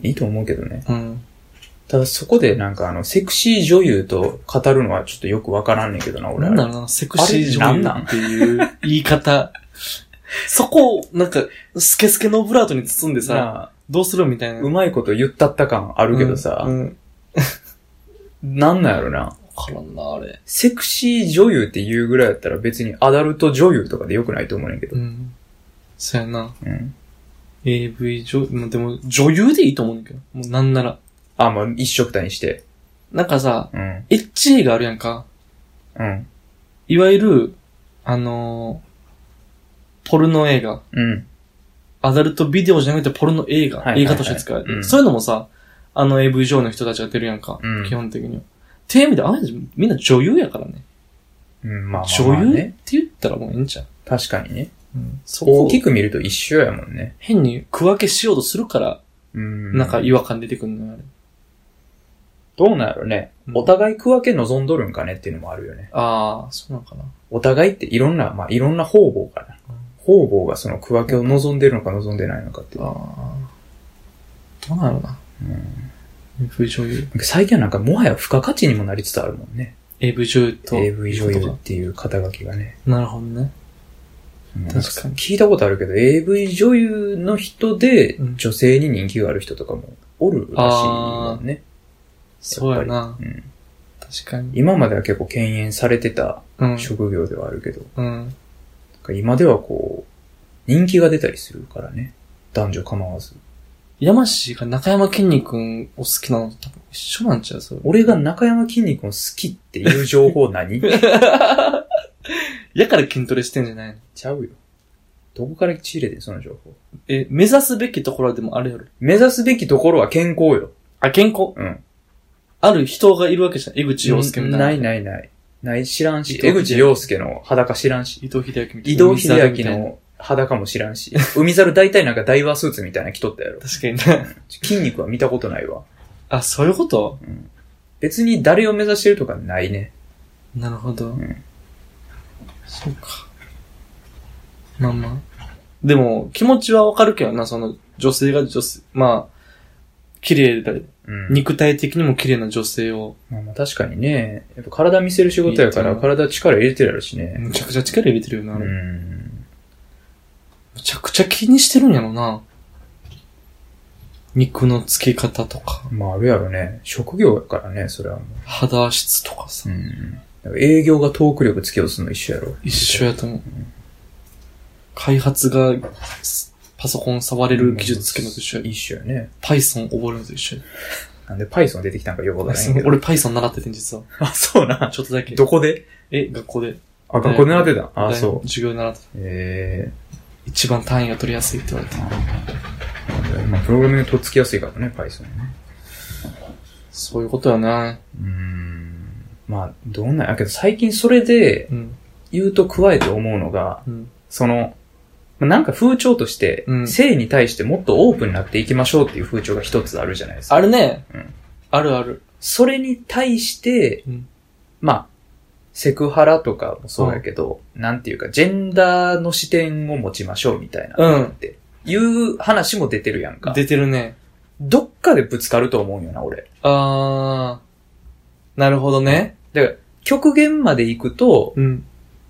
Speaker 1: いいと思うけどね。
Speaker 2: うん。
Speaker 1: ただそこでなんかあの、セクシー女優と語るのはちょっとよくわからんねんけどな、俺
Speaker 2: な
Speaker 1: は。
Speaker 2: んだろうな、セクシー女優っていう言い方。 そこを、なんか、スケスケのオブラートに包んでさ、
Speaker 1: さ、
Speaker 2: どうするみたいな。
Speaker 1: うまいこと言ったった感あるけどさ、
Speaker 2: うん。うん
Speaker 1: なんなんやろな。
Speaker 2: わからんな、あれ。
Speaker 1: セクシー女優って言うぐらいやったら別にアダルト女優とかでよくないと思うねんけど
Speaker 2: う。ん。そやな。
Speaker 1: うん。
Speaker 2: AV 女優、まあでも、女優でいいと思うんだけど。もうなんなら。
Speaker 1: あ、まあ一色体にして。
Speaker 2: なんかさ、
Speaker 1: うん。
Speaker 2: エッチ映画あるやんか。
Speaker 1: うん。
Speaker 2: いわゆる、あのーポルノ映画。
Speaker 1: うん。
Speaker 2: アダルトビデオじゃなくてポルノ映画、
Speaker 1: はいはいはい
Speaker 2: 映画として使われて
Speaker 1: う
Speaker 2: る、
Speaker 1: ん
Speaker 2: そういうのもさ、あの AV 上の人たちが出るやんか、
Speaker 1: うん
Speaker 2: 基本的には。っていう意味で、あの人みんな女優やからね。
Speaker 1: うん、まあまあまあ
Speaker 2: 女優っ
Speaker 1: ね
Speaker 2: て。言ったらもういいんちゃう、
Speaker 1: 確かにね。
Speaker 2: そこ
Speaker 1: 大
Speaker 2: を
Speaker 1: きく見ると一緒やもんね。
Speaker 2: 変に区分けしようとするから、
Speaker 1: うん。
Speaker 2: なんか違和感出てくるのよ、あれ。
Speaker 1: どうなんやろね
Speaker 2: う。ん
Speaker 1: お互い区分け望んどるんかねっていうのもあるよね。
Speaker 2: ああ、そうなんかな。
Speaker 1: お互いっていろんな、まあ、いろんな方々かな。方々がその区分けを望んでるのか望んでないのかっていう。
Speaker 2: ああ。どうなのな。うん。AV 女優。
Speaker 1: 最近はなんかもはや付加価値にもなりつつあるもんね。
Speaker 2: AV 女優と。
Speaker 1: AV 女優っていう肩書きがね。
Speaker 2: なるほどね。
Speaker 1: うん
Speaker 2: 確かに
Speaker 1: なん聞いたことあるけど、AV 女優の人で
Speaker 2: うん
Speaker 1: 女性に人気がある人とかもおるらしいもんね。
Speaker 2: そうやな。
Speaker 1: うん、
Speaker 2: 確かに。
Speaker 1: 今までは結構敬遠されてた
Speaker 2: うん。
Speaker 1: 職業ではあるけど、
Speaker 2: うん。
Speaker 1: なんか今ではこう、人気が出たりするからね。男女構わず。
Speaker 2: 山氏が中山健二くんを好きなのと多分一緒なんちゃうそれ。
Speaker 1: 俺が中山筋肉を好きっていう情報何
Speaker 2: やから筋トレしてんじゃないの
Speaker 1: ちゃうよ。どこから仕入れてん、その情報。
Speaker 2: え、目指すべきところでもあるやろ。
Speaker 1: 目指すべきところは健康よ。
Speaker 2: あ、健康。
Speaker 1: うん。
Speaker 2: ある人がいるわけじゃん。江口洋介みたいな。
Speaker 1: ないないない。ない知らんし
Speaker 2: 伊。藤
Speaker 1: 江口洋介の裸知らんし。
Speaker 2: 伊藤秀明みたいな。
Speaker 1: 伊藤秀
Speaker 2: 海
Speaker 1: 明
Speaker 2: 猿み
Speaker 1: の裸も知らんし。海猿大体なんかダイワスーツみたいなの着とったやろ。
Speaker 2: たいな。確かにね。
Speaker 1: 筋肉は見たことないわ。
Speaker 2: あ、そういうこと
Speaker 1: 別に誰を目指してるとかないね。
Speaker 2: なるほど。
Speaker 1: ん
Speaker 2: そうか。まあまあ。でも、気持ちはわかるけどな、その、女性が女性、まあ、綺麗だ、
Speaker 1: うん。
Speaker 2: 肉体的にも綺麗な女性を、
Speaker 1: まあまあ確かにね。やっぱ体見せる仕事やか
Speaker 2: いい
Speaker 1: ら
Speaker 2: と思
Speaker 1: 体力入れてるやろしね。
Speaker 2: むちゃくちゃ力入れてるよな、
Speaker 1: う
Speaker 2: あれ
Speaker 1: ん。
Speaker 2: むちゃくちゃ気にしてるんやろな。肉の付け方とか、
Speaker 1: まああるやろね。職業やからね、それはも
Speaker 2: 肌質とかさ
Speaker 1: う。う、ん。だから営業がトーク力つけようするの一緒やろ。
Speaker 2: 一緒やと思う。開発が、すパソコン触れる技術つけるのと一緒や。
Speaker 1: 一緒やね。
Speaker 2: Python 覚えるのと一緒や。
Speaker 1: なんで Python 出てきたんかよくわからないけど。
Speaker 2: 俺 Python 習っててん、実は。
Speaker 1: あ、そうな。
Speaker 2: ちょっとだけ。
Speaker 1: どこで
Speaker 2: え、学校で。
Speaker 1: あ、学校で習ってた。あ、
Speaker 2: 大学
Speaker 1: そう。
Speaker 2: 授業で習ってた。
Speaker 1: え
Speaker 2: 一番単位が取りやすいって言われた。
Speaker 1: ー。まあ、プログラミングとっつきやすいからね、Python ね。
Speaker 2: そういうことやな。
Speaker 1: うーん。まあ、どうなんやけど、最近それで
Speaker 2: うん。
Speaker 1: 言うと加えて思うのが、
Speaker 2: うん。
Speaker 1: その、まあなんか風潮として
Speaker 2: う、ん
Speaker 1: 性に対してもっとオープンになっていきましょうっていう風潮が一つあるじゃないですか。
Speaker 2: あるね。
Speaker 1: うん
Speaker 2: あるある。
Speaker 1: それに対して、
Speaker 2: うん
Speaker 1: まあ、セクハラとかもそうやけど、なんていうか、ジェンダーの視点を持ちましょうみたいな。
Speaker 2: うん
Speaker 1: っていう話も出てるやんか。
Speaker 2: 出てるね。
Speaker 1: どっかでぶつかると思うよな、俺。
Speaker 2: あー。なるほどね。
Speaker 1: だから、極限まで行くと、
Speaker 2: うん。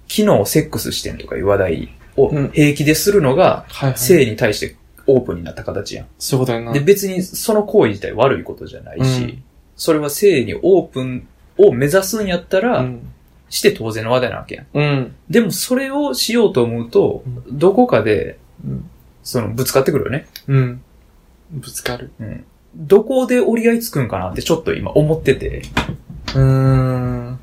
Speaker 1: 機能セックスしてんとかいう話題
Speaker 2: う
Speaker 1: を
Speaker 2: ん
Speaker 1: 平気でするのが、
Speaker 2: はいはい。
Speaker 1: 性に対してオープンになった形やん。
Speaker 2: そういうことやな。
Speaker 1: で、別にその行為自体悪いことじゃないし、
Speaker 2: うん
Speaker 1: それは性にオープンを目指すんやったら、
Speaker 2: うん。
Speaker 1: して当然の話題なわけやん。
Speaker 2: うん。
Speaker 1: でもそれをしようと思うと、どこかで、
Speaker 2: うん
Speaker 1: その、ぶつかってくるよね。
Speaker 2: うん。ぶつかる。
Speaker 1: うん。どこで折り合いつくんかなってちょっと今思ってて。
Speaker 2: うーん。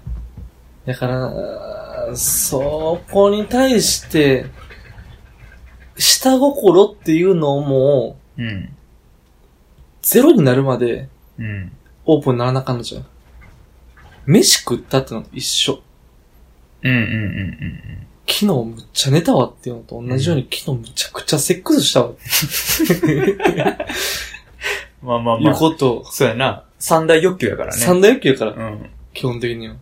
Speaker 2: だから、そこに対して、下心っていうのをもう、
Speaker 1: うん。
Speaker 2: ゼロになるまで
Speaker 1: うん。
Speaker 2: オープンにならなあかんのじゃん。飯食ったってのと一緒。
Speaker 1: うんうんうん
Speaker 2: 昨日むっちゃ寝たわっていうのと同じように、昨日むちゃくちゃセックスしたわって
Speaker 1: うん。まあまあ
Speaker 2: い
Speaker 1: ま
Speaker 2: う
Speaker 1: あ。
Speaker 2: こと、
Speaker 1: そうやな。三大欲求やからね。
Speaker 2: 三大欲求やから、
Speaker 1: うん。だか
Speaker 2: 基本的には。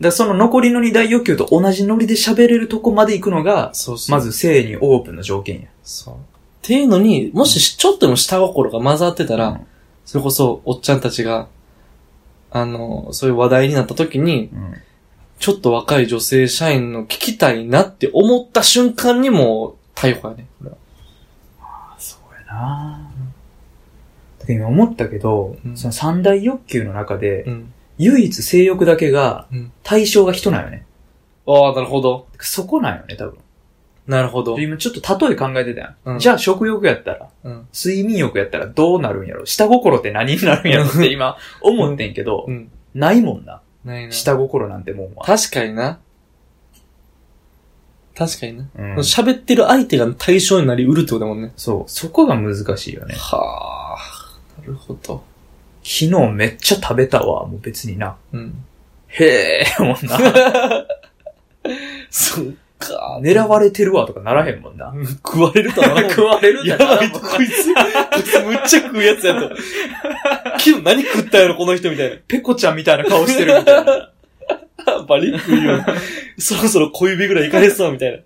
Speaker 1: らその残りの二大欲求と同じノリで喋れるとこまで行くのが、
Speaker 2: そうそう。
Speaker 1: まず性にオープンの条件や。
Speaker 2: そう。っていうのに、もしちょっとでも下心が混ざってたら、
Speaker 1: うん
Speaker 2: それこそおっちゃんたちが、あの、そういう話題になった時に、
Speaker 1: うん。
Speaker 2: ちょっと若い女性社員の聞きたいなって思った瞬間にもう逮捕やね。これは
Speaker 1: そうやなだから今思ったけど、
Speaker 2: うん
Speaker 1: その三大欲求の中で
Speaker 2: う、ん。
Speaker 1: 唯一性欲だけが
Speaker 2: うん、
Speaker 1: 対象が人なんよね。
Speaker 2: ああ、なるほど。
Speaker 1: そこなんよね、多分。
Speaker 2: なるほど。
Speaker 1: 今ちょっと例え考えてたやん。
Speaker 2: うん
Speaker 1: じゃあ食欲やったら、
Speaker 2: うん。
Speaker 1: 睡眠欲やったらどうなるんやろ下心って何になるんやろって今思ってんけど、
Speaker 2: うん。
Speaker 1: ないもんな。
Speaker 2: ないな。
Speaker 1: 下心なんてもんは。
Speaker 2: 確かにな。確かにな。
Speaker 1: うん
Speaker 2: 喋ってる相手が対象になりうるってことだもんね。
Speaker 1: そう。そこが難しいよね。
Speaker 2: はあ、なるほど。
Speaker 1: 昨日めっちゃ食べたわ。もう別にな。
Speaker 2: うん。
Speaker 1: へえ、もんな。
Speaker 2: そう。か
Speaker 1: 狙われてるわとかならへんもんな。
Speaker 2: れ、食われるとは思う。
Speaker 1: 食われるん
Speaker 2: や
Speaker 1: だな
Speaker 2: ばい、こいつ、こいつむっちゃ食うやつやと。昨日何食ったやろ、この人みたい
Speaker 1: ペコちゃんみたいな顔してるみたいな。
Speaker 2: な。バリ食うよ。そろそろ小指ぐらいいかれそう、みたい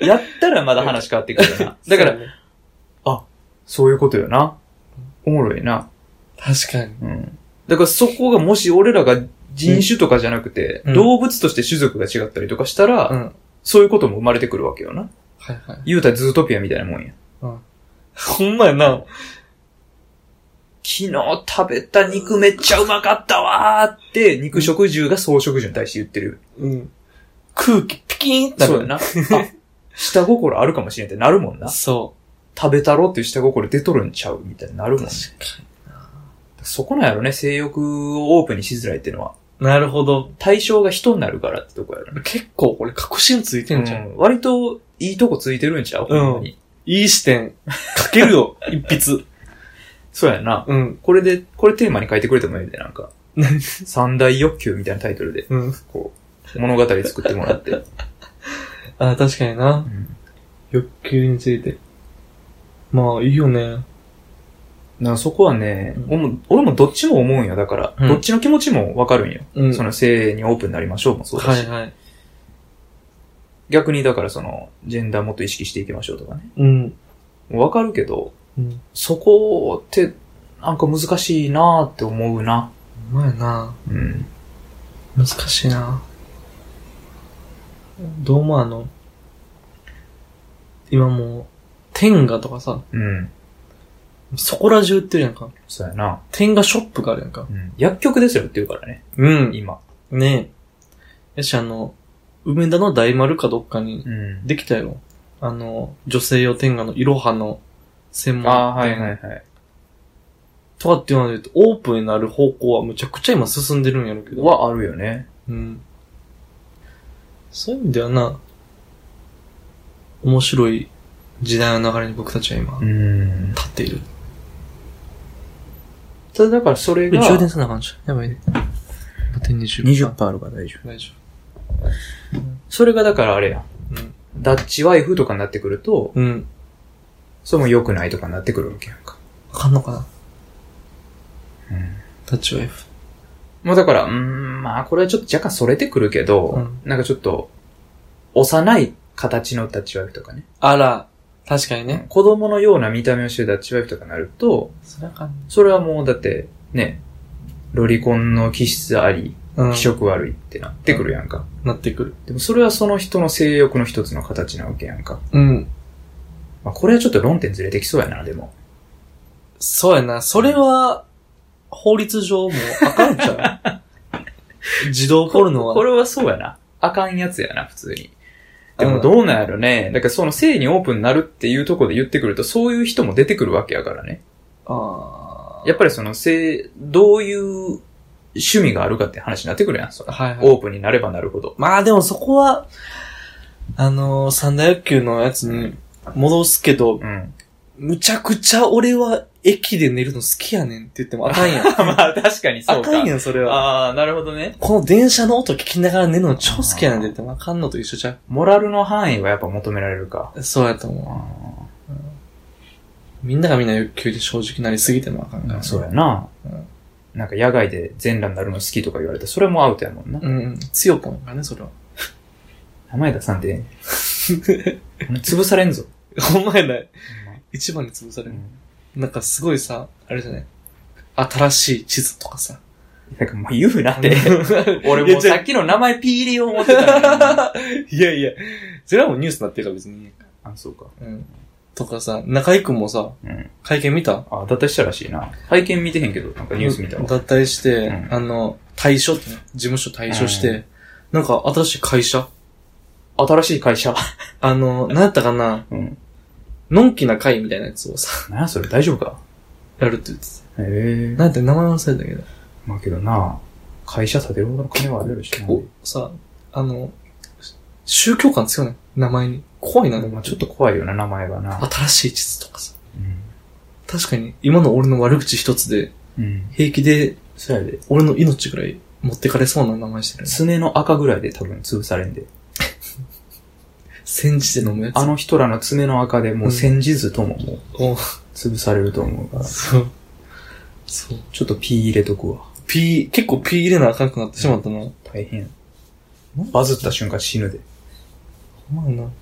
Speaker 2: な。
Speaker 1: やったらまだ話変わってくるよ な。だから、
Speaker 2: そうね、
Speaker 1: そういうことよな。おもろいな。
Speaker 2: 確かに。
Speaker 1: うん。だからそこがもし俺らが人種とかじゃなくて、
Speaker 2: うん
Speaker 1: 動物として種族が違ったりとかしたら、
Speaker 2: うん。はい
Speaker 1: そういうことも生まれてくるわけよな。
Speaker 2: はい。
Speaker 1: 言うたらズートピアみたいなもんや。
Speaker 2: ほんまやな。
Speaker 1: 昨日食べた肉めっちゃうまかったわーって、肉食獣が草食獣に対して言ってる。
Speaker 2: うん。空気ピキーンってなる
Speaker 1: そうやな。あ下心あるかもしれんってなるもんな。
Speaker 2: そ
Speaker 1: 食べたろっていう下心出とるんちゃうみたいになる
Speaker 2: う。
Speaker 1: もん、ね。
Speaker 2: 確か
Speaker 1: そこなんやろね、性欲をオープンにしづらいっていうのは。
Speaker 2: に。なるほど。
Speaker 1: 対象が人になるからってとこやろね。
Speaker 2: 結構これ確信ついてんじゃん。
Speaker 1: うん割といいとこついてるんちゃうほんまに。
Speaker 2: いい視点。かけるよ、一筆。
Speaker 1: そうやな。
Speaker 2: うん。
Speaker 1: これで、これテーマに書いてくれてもいいで、なん か。三大欲求みたいなタイトルで、
Speaker 2: うん。
Speaker 1: こう、物語作ってもら って。
Speaker 2: あ、確かにな。欲求について。まあ、いいよね。
Speaker 1: なそこはね、
Speaker 2: うん
Speaker 1: 俺も俺もどっちも思うんよ。だから、
Speaker 2: うん
Speaker 1: どっちの気持ちもわかるんよ。
Speaker 2: うん。
Speaker 1: その性にオープンになりましょうもそうだ
Speaker 2: は
Speaker 1: し。
Speaker 2: いはい。
Speaker 1: 逆にだからその、ジェンダーもっと意識していきましょうとかね。
Speaker 2: うん。
Speaker 1: わかるけど、
Speaker 2: うん。
Speaker 1: そこって、なんか難しいなーって思うな。
Speaker 2: うまいな。
Speaker 1: うん。
Speaker 2: 難しいな。どうもあの、今もう、天下とかさ、
Speaker 1: うん。
Speaker 2: そこら中売ってるやんか。
Speaker 1: そうやな。
Speaker 2: 天下ショップがあるやんか。
Speaker 1: うん。薬局ですよって言うからね。
Speaker 2: うん。
Speaker 1: 今。
Speaker 2: ねえ。やし、あの、梅田の大丸かどっかに、
Speaker 1: うん。
Speaker 2: できたよ。あの、女性用天下のいろはの専門
Speaker 1: ああー、はいはいはい。
Speaker 2: とかっていうので言うと、オープンになる方向はむちゃくちゃ今進んでるんやろうけど。
Speaker 1: はあるよね。
Speaker 2: うん。そういう意味ではな、面白い時代の流れに僕たちは今、
Speaker 1: ん。
Speaker 2: 立っている。
Speaker 1: ただだからそれが、
Speaker 2: 充電せなあかんじゃん。やばいね。あと20。
Speaker 1: あるから大丈夫。
Speaker 2: 大丈
Speaker 1: それがだからあれや。
Speaker 2: 夫。うん。
Speaker 1: ダッチワイフとかになってくると、
Speaker 2: うん。
Speaker 1: それも良くないとかになってくるわけやんか。
Speaker 2: わかんのかな
Speaker 1: うん。
Speaker 2: タッチワイフ。
Speaker 1: もうだから、うーん、まあこれはちょっと若干それてくるけど、
Speaker 2: うん
Speaker 1: なんかちょっと、幼い形のダッチワイフとかね。
Speaker 2: あら、確かにね。
Speaker 1: 子供のような見た目をしてダッチワイフとかになると、
Speaker 2: それはかん
Speaker 1: それはもうだって、ね、ロリコンの気質あり、
Speaker 2: うん
Speaker 1: 気。色悪いってなってくるやんか。
Speaker 2: なってくる。
Speaker 1: でもそれはその人の性欲の一つの形なわけやんか。
Speaker 2: うん。
Speaker 1: まあこれはちょっと論点ずれてきそうやな、でも。
Speaker 2: そうやな。それは、法律上もうあかんちゃ う自動ポルノは。
Speaker 1: これはそうやな。あかんやつやな、普通に。で
Speaker 2: う
Speaker 1: も
Speaker 2: ん
Speaker 1: どうなんやろね。だからその性にオープンになるっていうところで言ってくると、そういう人も出てくるわけやからね。
Speaker 2: あ
Speaker 1: やっぱりその性、どういう趣味があるかって話になってくるやん、そ
Speaker 2: ぱ
Speaker 1: ら
Speaker 2: はいはい。
Speaker 1: オープンになればなるほど。
Speaker 2: まあでもそこは、あのー、三大野球のやつに戻すけど、
Speaker 1: うん。
Speaker 2: むちゃくちゃ俺は駅で寝るの好きやねんって言ってもあかん やん。
Speaker 1: まあ確かにそ
Speaker 2: あ
Speaker 1: う
Speaker 2: かん
Speaker 1: か。
Speaker 2: やん、それは。
Speaker 1: ああ、なるほどね。
Speaker 2: この電車の音聞きながら寝るの超好きやねんって言ってもあかんのと一緒じゃ
Speaker 1: モラルの範囲はやっぱ求められるか。
Speaker 2: ん。 そうやと思う。みんながみんな欲求で正直なりすぎてもあかんから、
Speaker 1: そうやな
Speaker 2: うん。
Speaker 1: なんか野外で全裸になるの好きとか言われて、それもアウトやもんな。
Speaker 2: うん。強ぽんやからね、そ れは。
Speaker 1: 名前出さんでええねんこれ潰されんぞ。
Speaker 2: お前ら、一番に潰される。なんかすごいさ、あれじゃない新しい地図とかさ。
Speaker 1: なんかもう言うなって。 俺
Speaker 2: い
Speaker 1: も
Speaker 2: や
Speaker 1: う
Speaker 2: じゃ
Speaker 1: さ
Speaker 2: あ
Speaker 1: っきの名前ピーリオ思ってたのに
Speaker 2: いやいや、それはもうニュースになってるから別に。
Speaker 1: あ、そうか。
Speaker 2: うん。とかさ、中井くんもさ、
Speaker 1: うん。
Speaker 2: 会見見た
Speaker 1: あ、脱退したらしいな。拝見見てへんけど、なんかニュース見たわ。
Speaker 2: 脱退して、
Speaker 1: うん
Speaker 2: あの、退所ってね、事務所退所して、
Speaker 1: う
Speaker 2: なんか新しい会社
Speaker 1: 新しい会社。
Speaker 2: あの、なんやったかな、
Speaker 1: うん。
Speaker 2: のんきな会みたいなやつをさ、
Speaker 1: なあ、それ大丈夫か
Speaker 2: やるって言ってた。
Speaker 1: へえ
Speaker 2: なんて名前忘れたけど、
Speaker 1: まあけどな、会社建てるほどの金はあるやろしな。
Speaker 2: 結構さ、あの、宗教感強いね。名前に。怖いな、で
Speaker 1: ま
Speaker 2: も
Speaker 1: あちょっと怖いよな、名前がな。
Speaker 2: 新しい地図とかさ。確かに、今の俺の悪口一つで、
Speaker 1: うん。うん。
Speaker 2: 平気で
Speaker 1: そやで。
Speaker 2: 俺の命ぐらい持ってかれそうな名前してるね。
Speaker 1: すねの赤ぐらいで多分潰されんで。
Speaker 2: 煎じて飲むやつ。
Speaker 1: あの人らの爪の赤でもう煎じずとももう
Speaker 2: お
Speaker 1: 潰されると思うから、
Speaker 2: そう。そう。
Speaker 1: ちょっとピー入れとくわ。
Speaker 2: ピー、結構ピー入れなあかんくなってしまったな。
Speaker 1: 大変。バズった瞬間死ぬで。
Speaker 2: ほんまやな。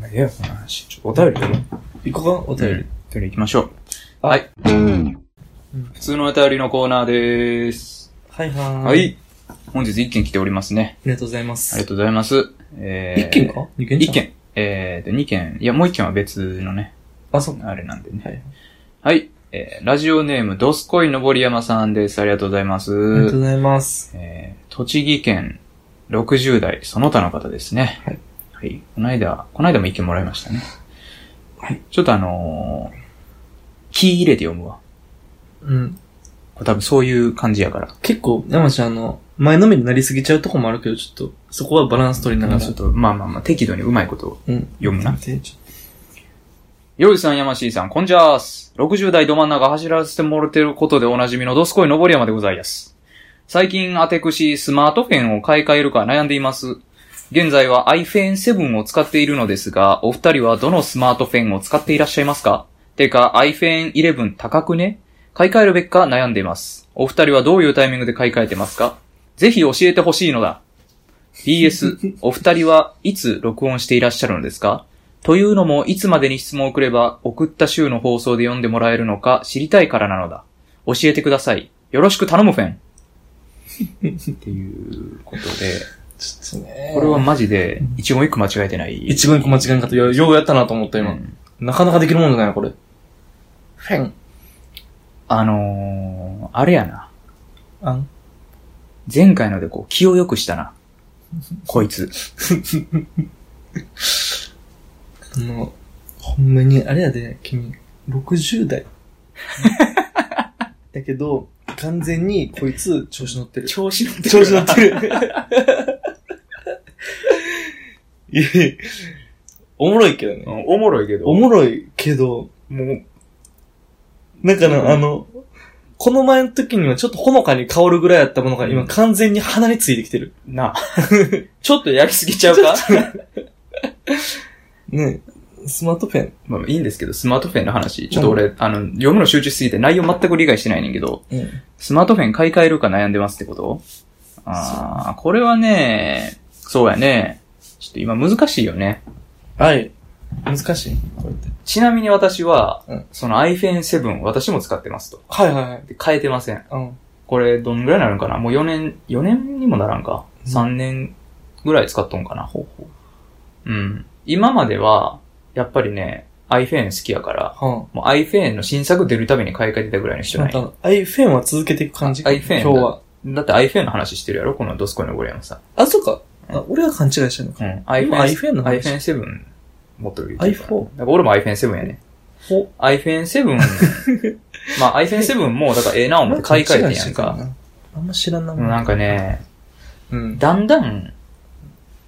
Speaker 1: まあ、ええよ、この話。ちょっとお便りでも。
Speaker 2: 行こうかお
Speaker 1: お便り。
Speaker 2: 便り。
Speaker 1: お便り行きましょう。。
Speaker 2: はい
Speaker 1: 普通のお便りのコーナーでーす。
Speaker 2: はいはーい。
Speaker 1: は。い。本日1件来ておりますね。
Speaker 2: ありがとうございます。
Speaker 1: ありがとうございます。えー、
Speaker 2: 一件か二件じゃ
Speaker 1: ?1。
Speaker 2: ん
Speaker 1: 件。えーと、2件。いや、もう1件は別のね、
Speaker 2: あ、そう。
Speaker 1: あれなんでね。
Speaker 2: はい。
Speaker 1: はい。えー、ラジオネーム、ドスコイのぼりやまさんです。ありがとうございま
Speaker 2: ありがとう
Speaker 1: す。
Speaker 2: ございます。
Speaker 1: えー、栃木県60代、その他の方ですね。
Speaker 2: はい。
Speaker 1: はい。この間、この間も一件もらいましたね。
Speaker 2: はい。
Speaker 1: ちょっとあのー、気入れて読むわ。
Speaker 2: うん。
Speaker 1: これ多分そういう感じやから。
Speaker 2: 結構、山ちゃん、あの、前のめりになりすぎちゃうとこもあるけど、ちょっと、そこはバランス取りなが
Speaker 1: なん
Speaker 2: ら。
Speaker 1: かちょっと、まあまあまあ、適度にうまいことを。
Speaker 2: うん。
Speaker 1: 読むな
Speaker 2: 待ってちょっ
Speaker 1: よいさん、やましいさん、こんじゃーす。60代ど真ん中走らせてもらってることでおなじみのどすこいのぼり山でございやす。最近、あてくし、スマートフェンを買い替えるか悩んでいます。現在は iPhone7 を使っているのですが、お二人はどのスマートフェンを使っていらっしゃいますかてか、iPhone11 高くね買い替えるべきか悩んでいます。お二人はどういうタイミングで買い替えてますかぜひ教えてほしいのだ。PS、お二人はいつ録音していらっしゃるのですかというのも、いつまでに質問をくれば、送った週の放送で読んでもらえるのか知りたいからなのだ。教えてください。よろしく頼むフェン。っていうことで、
Speaker 2: とね。
Speaker 1: これは、マジで、一言一句間違えてない。
Speaker 2: 一番一個間違えんかった。いやようやったなと思った、
Speaker 1: う
Speaker 2: 今。
Speaker 1: ん
Speaker 2: なかなかできるもんじゃないなこれ。フェン。
Speaker 1: あのー、あれやな。
Speaker 2: あん。
Speaker 1: 前回のでこう、気を良くしたな。こいつ。
Speaker 2: あの、ほんまに、あれやで、君、60代。 だけど、完全に、こいつ、調子乗ってる。
Speaker 1: 調子乗って
Speaker 2: 調子乗ってる。 いえ、おもろいけどね。
Speaker 1: おもろいけど。
Speaker 2: おもろいけど、
Speaker 1: もう、
Speaker 2: なんかな、
Speaker 1: うん
Speaker 2: あの、この前の時にはちょっとほのかに香るぐらいやったものが今完全に鼻についてきてる。
Speaker 1: な。 ちょっとやりすぎちゃうか
Speaker 2: ねスマートフェン。
Speaker 1: まあいいんですけど、スマートフェンの話。ちょっと俺、あの、読むの集中しすぎて内容全く理解してないねんけど、
Speaker 2: うん。
Speaker 1: スマートフェン買い替えるか悩んでますってことああ、これはね、そうやね。ちょっと今難しいよね。
Speaker 2: はい。難しいこれって。
Speaker 1: ちなみに私は、
Speaker 2: うん
Speaker 1: その iPhone7 私も使ってますと。
Speaker 2: はいはいはい。
Speaker 1: で変えてません。
Speaker 2: うん。
Speaker 1: これどんぐらいになるんかなもう4年、4年にもならんか。
Speaker 2: うん
Speaker 1: 3年ぐらい使っとんかな。ほうほう。うん。今までは、やっぱりね、iPhone 好きやから、
Speaker 2: は
Speaker 1: もう iPhone の新作出るたびに買い替えてたぐらいの人
Speaker 2: あ。
Speaker 1: な
Speaker 2: ま
Speaker 1: んや
Speaker 2: た、iPhone は続けていく感じ
Speaker 1: あ iPhone
Speaker 2: 今日は。
Speaker 1: だって iPhone の話してるやろこのドスコイのゴリアムさん。
Speaker 2: あ、そうか。あ俺は勘違いしてるのか。
Speaker 1: うん。
Speaker 2: 今 iPhone の話
Speaker 1: iPhone7 持ってる。
Speaker 2: iPhone
Speaker 1: だから俺も iPhone7 やね。
Speaker 2: お
Speaker 1: iPhone7、まあ iPhone7 もだからええな思って買い替えてんやん
Speaker 2: 勘違いして
Speaker 1: か。
Speaker 2: るな。あんま知らんな
Speaker 1: でもなんかね、
Speaker 2: うん。
Speaker 1: だんだん、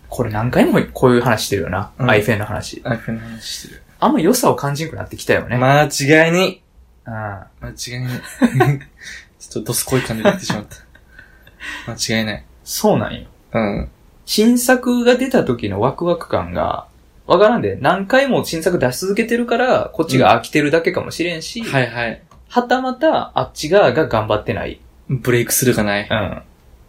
Speaker 1: これ何回もこういう話してるよな。
Speaker 2: うん
Speaker 1: iPhone の話。
Speaker 2: iPhone の話してる。
Speaker 1: あんま良さを感じんくなってきたよね。
Speaker 2: 間違いに。
Speaker 1: うん
Speaker 2: 間違いない。 ちょっとドスコイ感じで言ってしま った。間違いない。
Speaker 1: そうなんよ。
Speaker 2: うん。
Speaker 1: 新作が出た時のワクワク感が、わからんで、何回も新作出し続けてるから、こっちが飽きてるだけかもしれんし、
Speaker 2: はいはい。
Speaker 1: はたまた、あっち側が頑張ってない。
Speaker 2: ブレイクスルーがない。
Speaker 1: うん。っ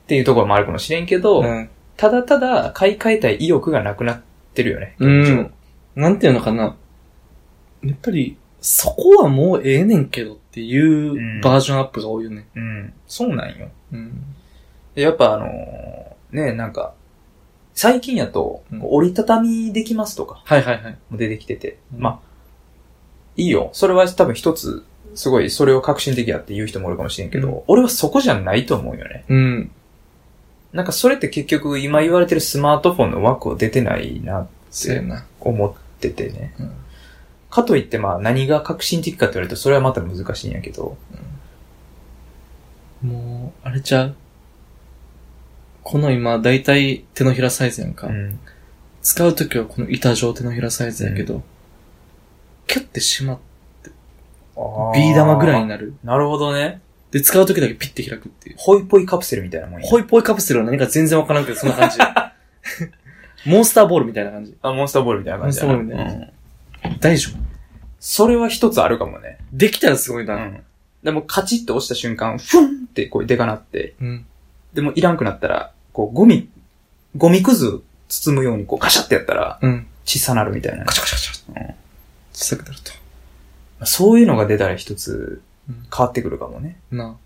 Speaker 1: ていうところもあるかもしれんけど、
Speaker 2: うん。
Speaker 1: ただただ買い替えたい意欲がなくなってるよね。
Speaker 2: うん。なんていうのかな。やっぱり、そこはもうええねんけどってい
Speaker 1: ん
Speaker 2: うバージョンアップが多いよね。
Speaker 1: うん。そうなんよ。
Speaker 2: うん。
Speaker 1: でやっぱあのーね、なんか、最近やと、
Speaker 2: うん
Speaker 1: 折りたたみできますとか、
Speaker 2: はいはいはい。
Speaker 1: 出てきてて。
Speaker 2: うん
Speaker 1: まあ、いいよ。それは多分一つ、すごい、それを革新的やって言う人もおるかもしれんけど、
Speaker 2: う
Speaker 1: 俺はそこじゃないと思うよね。
Speaker 2: うん。
Speaker 1: なんかそれって結局、今言われてるスマートフォンの枠を出てないな
Speaker 2: そうやな。
Speaker 1: 思っててね。
Speaker 2: うん
Speaker 1: かといってまあ何が革新的かって言われるとそれはまた難しいんやけど。
Speaker 2: もう、あれちゃうこの今、だいたい手のひらサイズやんか。
Speaker 1: うん。
Speaker 2: 使うときはこの板状手のひらサイズやけど、キュッてしまっビー玉ぐらいに
Speaker 1: な。
Speaker 2: なる。
Speaker 1: なるほどね。
Speaker 2: で、使うときだけピッて開くっていう。
Speaker 1: ホイポイカプセルみたいなもんや。
Speaker 2: ホイポイカプセルは何か全然わからんけど、そんな感じ。モンスターボールみたいな感じ。
Speaker 1: あ、モンスターボールみたいな感じだな。
Speaker 2: モンスターボールみたいな
Speaker 1: うん
Speaker 2: 大丈夫。
Speaker 1: それは一つあるかもね。
Speaker 2: できたらすごいな。
Speaker 1: ん。でも、カチッと押した瞬間、フンってこう、でかなって、
Speaker 2: うん。
Speaker 1: でも、いらんくなったら、こう、ゴミ、ゴミくず包むように、こう、カシャってやったら、
Speaker 2: うん。
Speaker 1: 小さなるみたいな。
Speaker 2: カチャカチャカチャ。
Speaker 1: うん
Speaker 2: 小さくなると。
Speaker 1: そういうのが出たら一つ
Speaker 2: うん
Speaker 1: 変わってくるかもね。
Speaker 2: な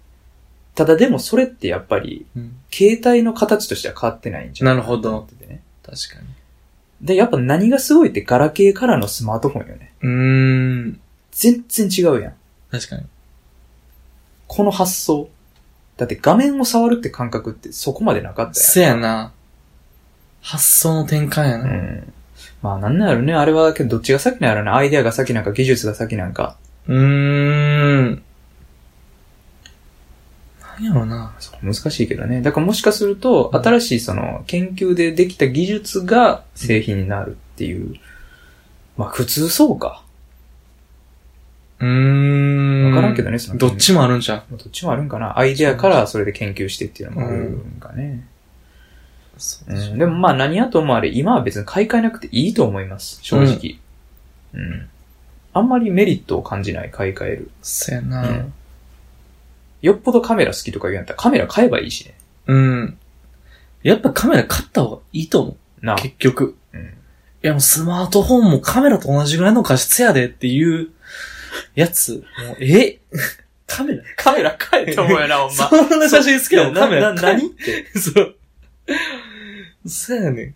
Speaker 1: ただでもそれってやっぱり、
Speaker 2: あうん。
Speaker 1: 携帯の形としては変わってないんじゃない
Speaker 2: なるほど
Speaker 1: と思っててね。
Speaker 2: 確かに。
Speaker 1: で、やっぱ何がすごいってガラケーからのスマートフォンよね。
Speaker 2: うーん。
Speaker 1: 全然違うやん。
Speaker 2: 確かに。
Speaker 1: この発想。だって画面を触るって感覚ってそこまでなかった
Speaker 2: せやな。発想の転換や
Speaker 1: やん。
Speaker 2: な。
Speaker 1: うん。まあなんなんやろね。あれは、けどどっちが先なんやろね。アイデアが先なんか技術が先なんか。
Speaker 2: うーん。なんやろな。
Speaker 1: 難しいけどね。だからもしかすると、
Speaker 2: うん
Speaker 1: 新しいその、研究でできた技術が製品になるっていう。まあ普通そうか。
Speaker 2: うーん。
Speaker 1: わからんけどねその
Speaker 2: どっちもあるんじゃん。
Speaker 1: どっちもあるんかな。アイデアからそれで研究してっていうのもあるんかね。
Speaker 2: そううでしょ
Speaker 1: ん、でもまあ何やともあれ、今は別に買い替えなくていいと思います。正直。うん。あんまりメリットを感じない、買い替える。
Speaker 2: せやな。
Speaker 1: うんよっぽどカメラ好きとか言うんやったらカメラ買えばいいしね。
Speaker 2: うん。やっぱカメラ買った方がいいと思う。
Speaker 1: なあ。
Speaker 2: 結局。
Speaker 1: うん
Speaker 2: いやもうスマートフォンもカメラと同じぐらいの画質やでっていうやつ。もうえ カメラ
Speaker 1: カメラ買えと思うよな、ほんま。
Speaker 2: そんな写真好きだも
Speaker 1: い
Speaker 2: ん、
Speaker 1: や
Speaker 2: カメ
Speaker 1: な
Speaker 2: ラ。
Speaker 1: な何
Speaker 2: って。 そう。そうやね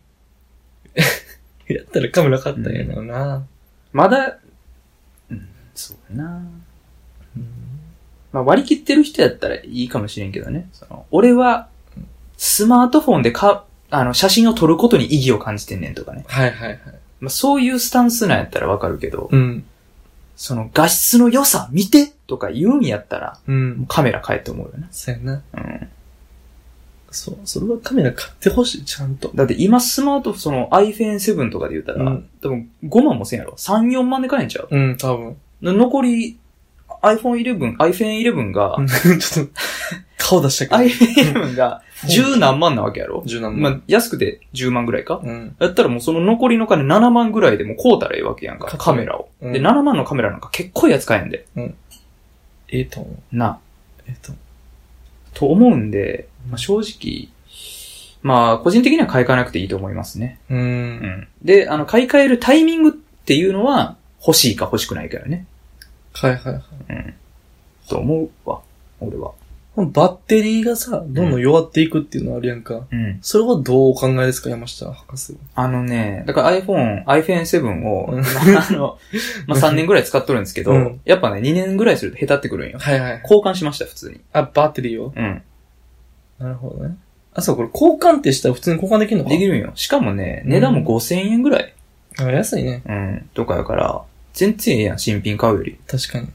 Speaker 2: ん。 やったらカメラ買ったんやろな。
Speaker 1: まだ、うん、そうやな。まあ割り切ってる人やったらいいかもしれんけどね。その俺は、スマートフォンでか、あの、写真を撮ることに意義を感じてんねんとかね。
Speaker 2: はいはいはい。
Speaker 1: まあそういうスタンスなんやったらわかるけど、
Speaker 2: うん。
Speaker 1: その画質の良さ見てとか言うんやったら、
Speaker 2: うん
Speaker 1: もう。カメラ買えと思うよね。
Speaker 2: そうやな。
Speaker 1: うん。
Speaker 2: そう。それはカメラ買ってほしい、ちゃんと。
Speaker 1: だって今スマートフォン、その iPhone7 とかで言ったら、
Speaker 2: うん
Speaker 1: 多分5万もせんやろ ?3、4万で買えんちゃう
Speaker 2: うん、多分。
Speaker 1: の残り iPhone11、iPhone11 が、
Speaker 2: ちょっと、顔出したけど。
Speaker 1: iPhone11 が10何万なわけやろ
Speaker 2: 柔軟
Speaker 1: まあ、安くて10万ぐらいか
Speaker 2: うん。
Speaker 1: やったらもうその残りの金7万ぐらいでもう買うたらええわけやんか、
Speaker 2: か
Speaker 1: カメラを。
Speaker 2: うん
Speaker 1: で、7万のカメラなんか結構いいやつ買えんで。
Speaker 2: ええと思う。
Speaker 1: な、
Speaker 2: ええと思
Speaker 1: と思うんで、まあ、正直、まあ、個人的には買い替えなくていいと思いますね。
Speaker 2: う。う。
Speaker 1: うんん。で、あの、買い替えるタイミングっていうのは、欲しいか欲しくないかよね。
Speaker 2: はいはいはい。
Speaker 1: と思うわ、俺は。
Speaker 2: バッテリーがさ、どんどん弱っていくっていうのはあるやんか。
Speaker 1: うん。
Speaker 2: それはどうお考えですか、山下博士は。
Speaker 1: あのね、だから iPhone、iPhone7 を、
Speaker 2: うん
Speaker 1: あの、まあ、3年ぐらい使っとるんですけど、
Speaker 2: うん
Speaker 1: やっぱね、2年ぐらいすると下手ってくるんよ。
Speaker 2: はいはい。
Speaker 1: 交換しました、普通に。
Speaker 2: あ、バッテリーを。
Speaker 1: うん。
Speaker 2: なるほどね。あ、そう、これ交換ってしたら普通に交換できるのか
Speaker 1: できるんよ。しかもね、値段も5000円ぐらい。
Speaker 2: あ安いね。
Speaker 1: うん。とかやから、全然ええやん、新品買うより。
Speaker 2: 確かに。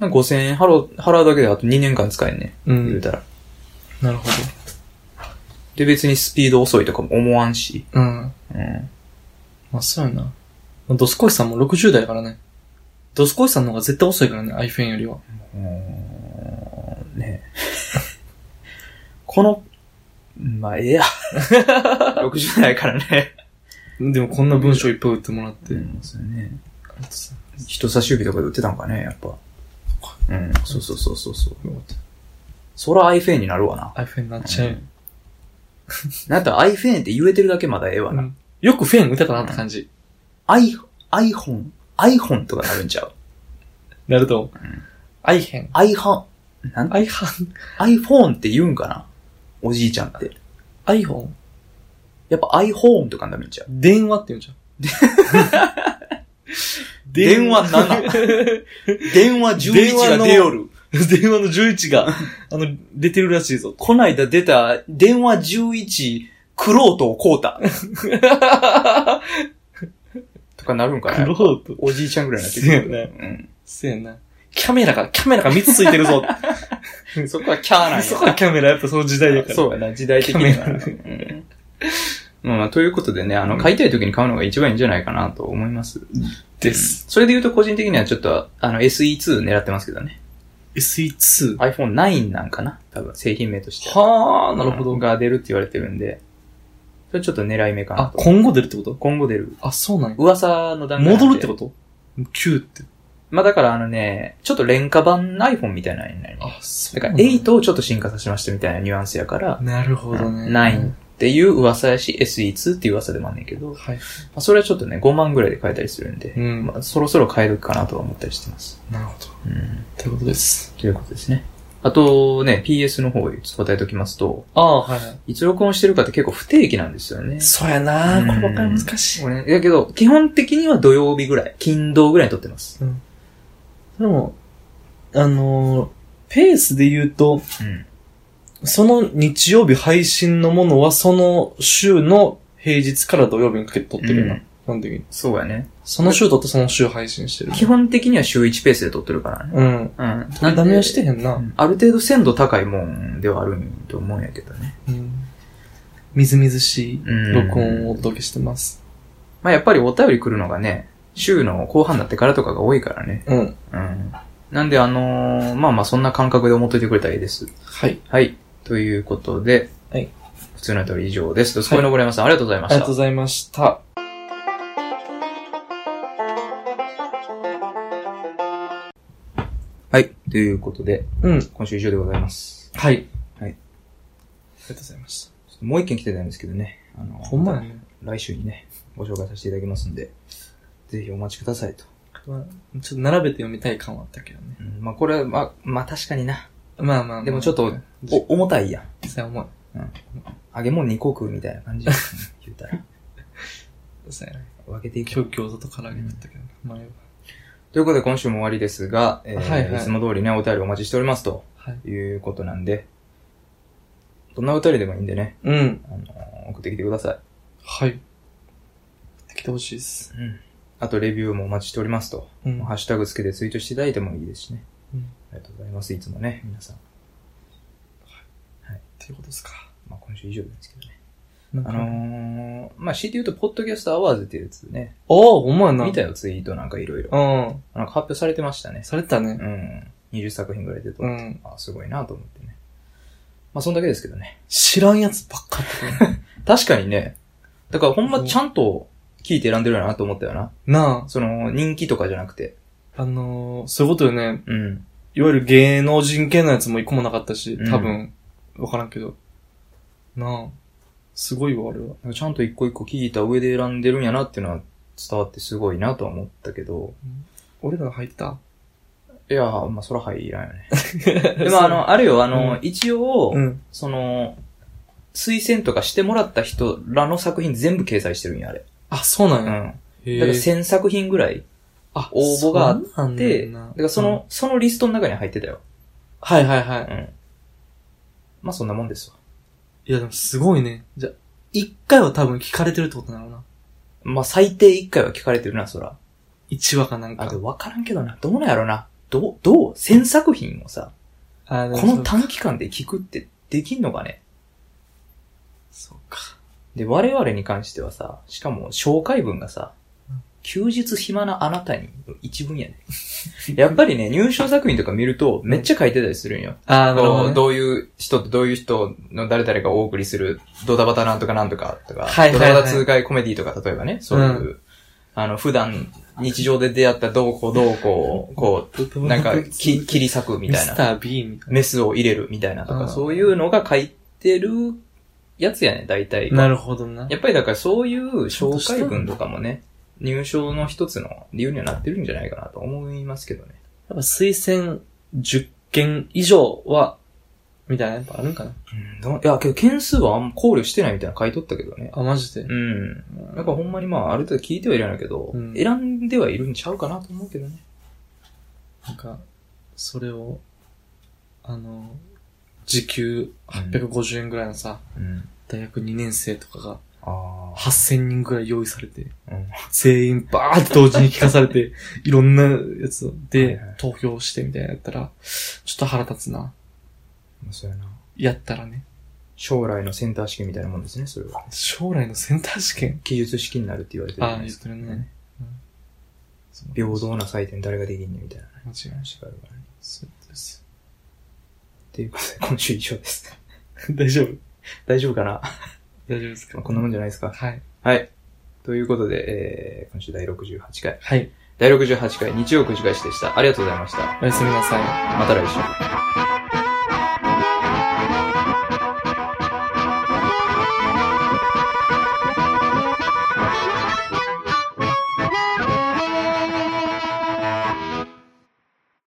Speaker 1: なんか5000円払う払うだけであと2年間使えんね。
Speaker 2: う
Speaker 1: 言
Speaker 2: ん
Speaker 1: う。たら。
Speaker 2: なるほ
Speaker 1: で、別にスピード遅いとかも思わんし。
Speaker 2: ど。うん。
Speaker 1: うん。
Speaker 2: まあ、そうやな。ドスコイさんも60代やからね。ドスコイさんの方が絶対遅いからね、iPhone よりは。
Speaker 1: うんね この、まあ、ええ や。60代からね。
Speaker 2: でもこんな文章いっぱい打ってもらって。
Speaker 1: うん、そうね。
Speaker 2: あとさ
Speaker 1: 人差し指とかで売ってたんかね、やっぱ。うん、そうそうそうそうそう。
Speaker 2: よかっ
Speaker 1: そら iPhone になるわな。
Speaker 2: た iPhone になっちゃうよ。
Speaker 1: なんか iPhone って言えてるだけまだええわ
Speaker 2: う
Speaker 1: な。
Speaker 2: んよくフェン打てたなって感じ。
Speaker 1: i、iPhone、iPhone とかなるんちゃう
Speaker 2: なると。アイヘン。
Speaker 1: ?iPhone、なん
Speaker 2: アイハン。
Speaker 1: iPhone って言うんかなおじいちゃんって。
Speaker 2: アイホン。
Speaker 1: やっぱ iPhone とかになるんちゃう
Speaker 2: 電話って言うんじゃん。
Speaker 1: 電話
Speaker 2: 7。
Speaker 1: 電話
Speaker 2: 電話
Speaker 1: が
Speaker 2: の
Speaker 1: 出よる。
Speaker 2: 電話の11が、あの、出てるらしいぞ。
Speaker 1: こないだ出た電話11、クロートをこう た。とかなるんか
Speaker 2: ク
Speaker 1: な
Speaker 2: ロート。
Speaker 1: おじいちゃんぐらいになってくる。
Speaker 2: そうや
Speaker 1: ね。
Speaker 2: せやな。キャメラが、キャメラが3つついてるぞ。
Speaker 1: うん。そこはキャーなんや。
Speaker 2: そこ はキャメラ、やっぱその時代だから。
Speaker 1: そうやな、時代的に はな。うんまあまあ、ということでね、あの、買いたい時に買うのが一番いいんじゃないかなと思います。
Speaker 2: です。
Speaker 1: それで言うと個人的にはちょっと、あの、SE2 狙ってますけどね。
Speaker 2: SE2。
Speaker 1: iPhone9 なんかな多分、製品名としては。
Speaker 2: はあ、なるほど。
Speaker 1: が出るって言われてるんで、それちょっと狙い目かな
Speaker 2: あ、
Speaker 1: と。
Speaker 2: 今後出るってこと
Speaker 1: 今後出る。
Speaker 2: あ、そうなんや。
Speaker 1: 噂の段階なんで
Speaker 2: 戻るってこと9って。
Speaker 1: まあだからあのね、ちょっと廉価版 iPhone みたいなのになります。
Speaker 2: あ、そう
Speaker 1: だか
Speaker 2: なん
Speaker 1: ら
Speaker 2: や。
Speaker 1: 8をちょっと進化させましたみたいなニュアンスやから、
Speaker 2: なるほどね。
Speaker 1: 9っていう噂やし、SE2 っていう噂でもあんねんけど、ま
Speaker 2: はい。
Speaker 1: あ、それはちょっとね、5万ぐらいで買えたりするんで、
Speaker 2: うん。
Speaker 1: まあ、そろそろ買えるかなとは思ったりしてます。
Speaker 2: なるほど。
Speaker 1: うん。
Speaker 2: ということです。
Speaker 1: ということですね。あとね、PS の方を答えときますと、
Speaker 2: ああ、はいはい。
Speaker 1: いつ録音してるかって結構不定期なんですよね。
Speaker 2: そうやな
Speaker 1: うん
Speaker 2: こればっかり難しい。
Speaker 1: 俺ね、だけど、基本的には土曜日ぐらい、金土ぐらいに撮ってます。
Speaker 2: でも、あのー、ペースで言うと、
Speaker 1: うん。
Speaker 2: その日曜日配信のものは、その週の平日から土曜日にかけて撮ってるよな。
Speaker 1: うん
Speaker 2: なんで
Speaker 1: そうやね。
Speaker 2: その週撮ってその週配信してる。
Speaker 1: 基本的には週1ペースで撮ってるからね。
Speaker 2: うん。
Speaker 1: うん。
Speaker 2: ダメはして
Speaker 1: ん
Speaker 2: へん
Speaker 1: う
Speaker 2: な。
Speaker 1: んある程度鮮度高いもんではあるんと思うんやけどね。
Speaker 2: うん。みずみずしい録音をお届けしてます。
Speaker 1: まあやっぱりお便り来るのがね、週の後半になってからとかが多いからね。
Speaker 2: うん。
Speaker 1: うん。なんであのーまあまあそんな感覚で思っといてくれたらいいです。
Speaker 2: はい。
Speaker 1: はい。ということで、
Speaker 2: はい。
Speaker 1: 普通の通り以上です。どすこいのぼりやまさん、ありがとうござい
Speaker 2: あ
Speaker 1: ま
Speaker 2: り
Speaker 1: し
Speaker 2: が
Speaker 1: た
Speaker 2: とうご。ざいました。
Speaker 1: はい。ということで、
Speaker 2: うん。
Speaker 1: 今週以上でございます。
Speaker 2: はい。
Speaker 1: はい
Speaker 2: ありがとうございました。
Speaker 1: ちょっともう一件来てたんですけどね。あの、
Speaker 2: ほんまやね。
Speaker 1: 来週にね、ご紹介させていただきますんで、ぜひお待ちくださいと。
Speaker 2: まあちょっと並べて読みたい感はあったけどね。
Speaker 1: うんまあこれ、まあ、まあ確かにな。
Speaker 2: まあまあまあ
Speaker 1: でもちょっとお
Speaker 2: お、、
Speaker 1: 重たいやん。
Speaker 2: 実際重い。
Speaker 1: 揚げ物2個食うみたいな感じですね。言うたら。
Speaker 2: そうやね
Speaker 1: 分けていく。
Speaker 2: 今日餃子と唐揚げだったけどな。まあよ
Speaker 1: ということで今週も終わりですが、えー
Speaker 2: はい
Speaker 1: い
Speaker 2: はい
Speaker 1: つも通りね、お便りお待ちしておりますと
Speaker 2: はい。
Speaker 1: いうことなんで、どんなお便りでもいいんでね、
Speaker 2: うん。
Speaker 1: あのー送ってきてくださ
Speaker 2: はい。来てほしいです。
Speaker 1: い。うん。あと、レビューもお待ちしておりますと。
Speaker 2: うん。
Speaker 1: ハッシュタグつけてツイートしていただいてもいいですしね。
Speaker 2: うん
Speaker 1: ありがとうございます。いつもね、皆さん。
Speaker 2: ということですか。
Speaker 1: まあ今週以上ですけどね。
Speaker 2: なんか
Speaker 1: あのー、まあ、強いて言うと、ポッドキャストアワーズっていうやつね。
Speaker 2: おお、お前な。
Speaker 1: 見たよ、ツイートなんかいろいろ。
Speaker 2: うん。
Speaker 1: なんか発表されてましたね。
Speaker 2: されてたね
Speaker 1: う。ん。20作品ぐらい出てた。
Speaker 2: うん。
Speaker 1: あ、すごいなと思ってね。まあ、そんだけですけどね。
Speaker 2: 知らんやつばっかだった。
Speaker 1: 確かにね。だからほんま
Speaker 2: そう
Speaker 1: ちゃんと聞いて選んでるよなと思ったよな。
Speaker 2: な
Speaker 1: その、人気とかじゃなくて。
Speaker 2: あ、あのー、そういうことよね。
Speaker 1: うん。
Speaker 2: いわゆる芸能人系のやつも一個もなかったし
Speaker 1: う、ん
Speaker 2: 多分、わからんけど。なあ、すごいわ、あれは。
Speaker 1: ちゃんと一個一個聞いた上で選んでるんやなっていうのは伝わってすごいなとは思ったけど。
Speaker 2: 俺らが入った
Speaker 1: いやー、まあ、そら入らんよ ね。
Speaker 2: で
Speaker 1: でもあ、 の、あれよ、あの、
Speaker 2: うん
Speaker 1: 一応、
Speaker 2: うん。
Speaker 1: その、推薦とかしてもらった人らの作品全部掲載してるんや、あれ。
Speaker 2: あ、そうな
Speaker 1: うんん。
Speaker 2: や。
Speaker 1: だ
Speaker 2: へ
Speaker 1: から
Speaker 2: え。
Speaker 1: 1000作品ぐらい
Speaker 2: あ
Speaker 1: 応募があって
Speaker 2: っ
Speaker 1: で、だからそ、
Speaker 2: うん
Speaker 1: の、そのリストの中に入ってたよ。
Speaker 2: はいはいは
Speaker 1: う
Speaker 2: い。
Speaker 1: ん。まあ、そんなもんですわ。
Speaker 2: いや、でもすごいね。じゃあ、一回は多分聞かれてるってことなのな。
Speaker 1: まあ、最低1回は聞かれてるな、そら。
Speaker 2: 一話かなん
Speaker 1: あ、
Speaker 2: か
Speaker 1: で。も分からんけどな。どうなんやろな。どう、どう、1000作品をさ、
Speaker 2: あ
Speaker 1: この短期間で聞くってできんのかね。
Speaker 2: そうか。
Speaker 1: で、我々に関してはさ、しかも紹介文がさ
Speaker 2: うん、
Speaker 1: 休日暇なあなたにの一文やね。やっぱりね、入賞作品とか見ると、めっちゃ書いてたりするんよ。
Speaker 2: あ
Speaker 1: あ
Speaker 2: ー、なるほ
Speaker 1: の、
Speaker 2: どね。
Speaker 1: どういう人とどういう人の誰々がお送りする、ドタバタなんとかなんとかとか、
Speaker 2: はいはいはい
Speaker 1: ドタバタ痛快コメディとか、例えばね、そういう、あの、普段、日常で出会ったどうこうどうこう、こう、なんか、き切り裂くみたい
Speaker 2: ミス
Speaker 1: な。
Speaker 2: ター B みたい
Speaker 1: メスを入れるみたいなと
Speaker 2: あ
Speaker 1: か、
Speaker 2: ー
Speaker 1: そういうのが書いてるやつやね、大体が。
Speaker 2: な。なるほどな。
Speaker 1: やっぱりだからそういう紹介文とかもね、入賞の一つの理由にはなってるんじゃないかなと思いますけどね。
Speaker 2: やっぱ推薦10件以上は、みたいな、やっぱあるんかな。
Speaker 1: うんどう、いや、けど件数はあんま考慮してないみたいなの書いとったけどね。
Speaker 2: あ、マジで。
Speaker 1: うん。なんかほんまにまあ、ある程度聞いてはいるんやけど、
Speaker 2: うん
Speaker 1: 選んではいるんちゃうかなと思うけどね。
Speaker 2: なんか、それを、あの、時給850円ぐらいのさ、
Speaker 1: うん。
Speaker 2: 大学2年生とかが
Speaker 1: ああ。
Speaker 2: 8000人ぐらい用意されて、
Speaker 1: うん
Speaker 2: 全員バーって同時に聞かされて、いろんなやつ
Speaker 1: はい
Speaker 2: で
Speaker 1: はい
Speaker 2: 投票してみたいなのやったら、ちょっと腹立つな。
Speaker 1: そうやな。
Speaker 2: やったらね、
Speaker 1: 将来のセンター試験みたいなもんですね、それは。
Speaker 2: 将来のセンター試験
Speaker 1: 記述式になるって言われてるじゃ
Speaker 2: あ
Speaker 1: な
Speaker 2: あ、
Speaker 1: いで
Speaker 2: 言っ
Speaker 1: すか
Speaker 2: てるね。うん
Speaker 1: 平。等な採点誰ができんねんみたいな
Speaker 2: 間違いない。
Speaker 1: 話があるからね。
Speaker 2: そうです。
Speaker 1: ということで、今週以上です。
Speaker 2: 大丈夫
Speaker 1: 大丈夫かな
Speaker 2: 大丈夫ですか
Speaker 1: こんなもんじゃないですか。
Speaker 2: はい。
Speaker 1: はい。ということで、えー、今週第68回。
Speaker 2: はい。
Speaker 1: 第68回日曜くじ返しでした。ありがとうございました。
Speaker 2: おやすみなさい。
Speaker 1: また来週。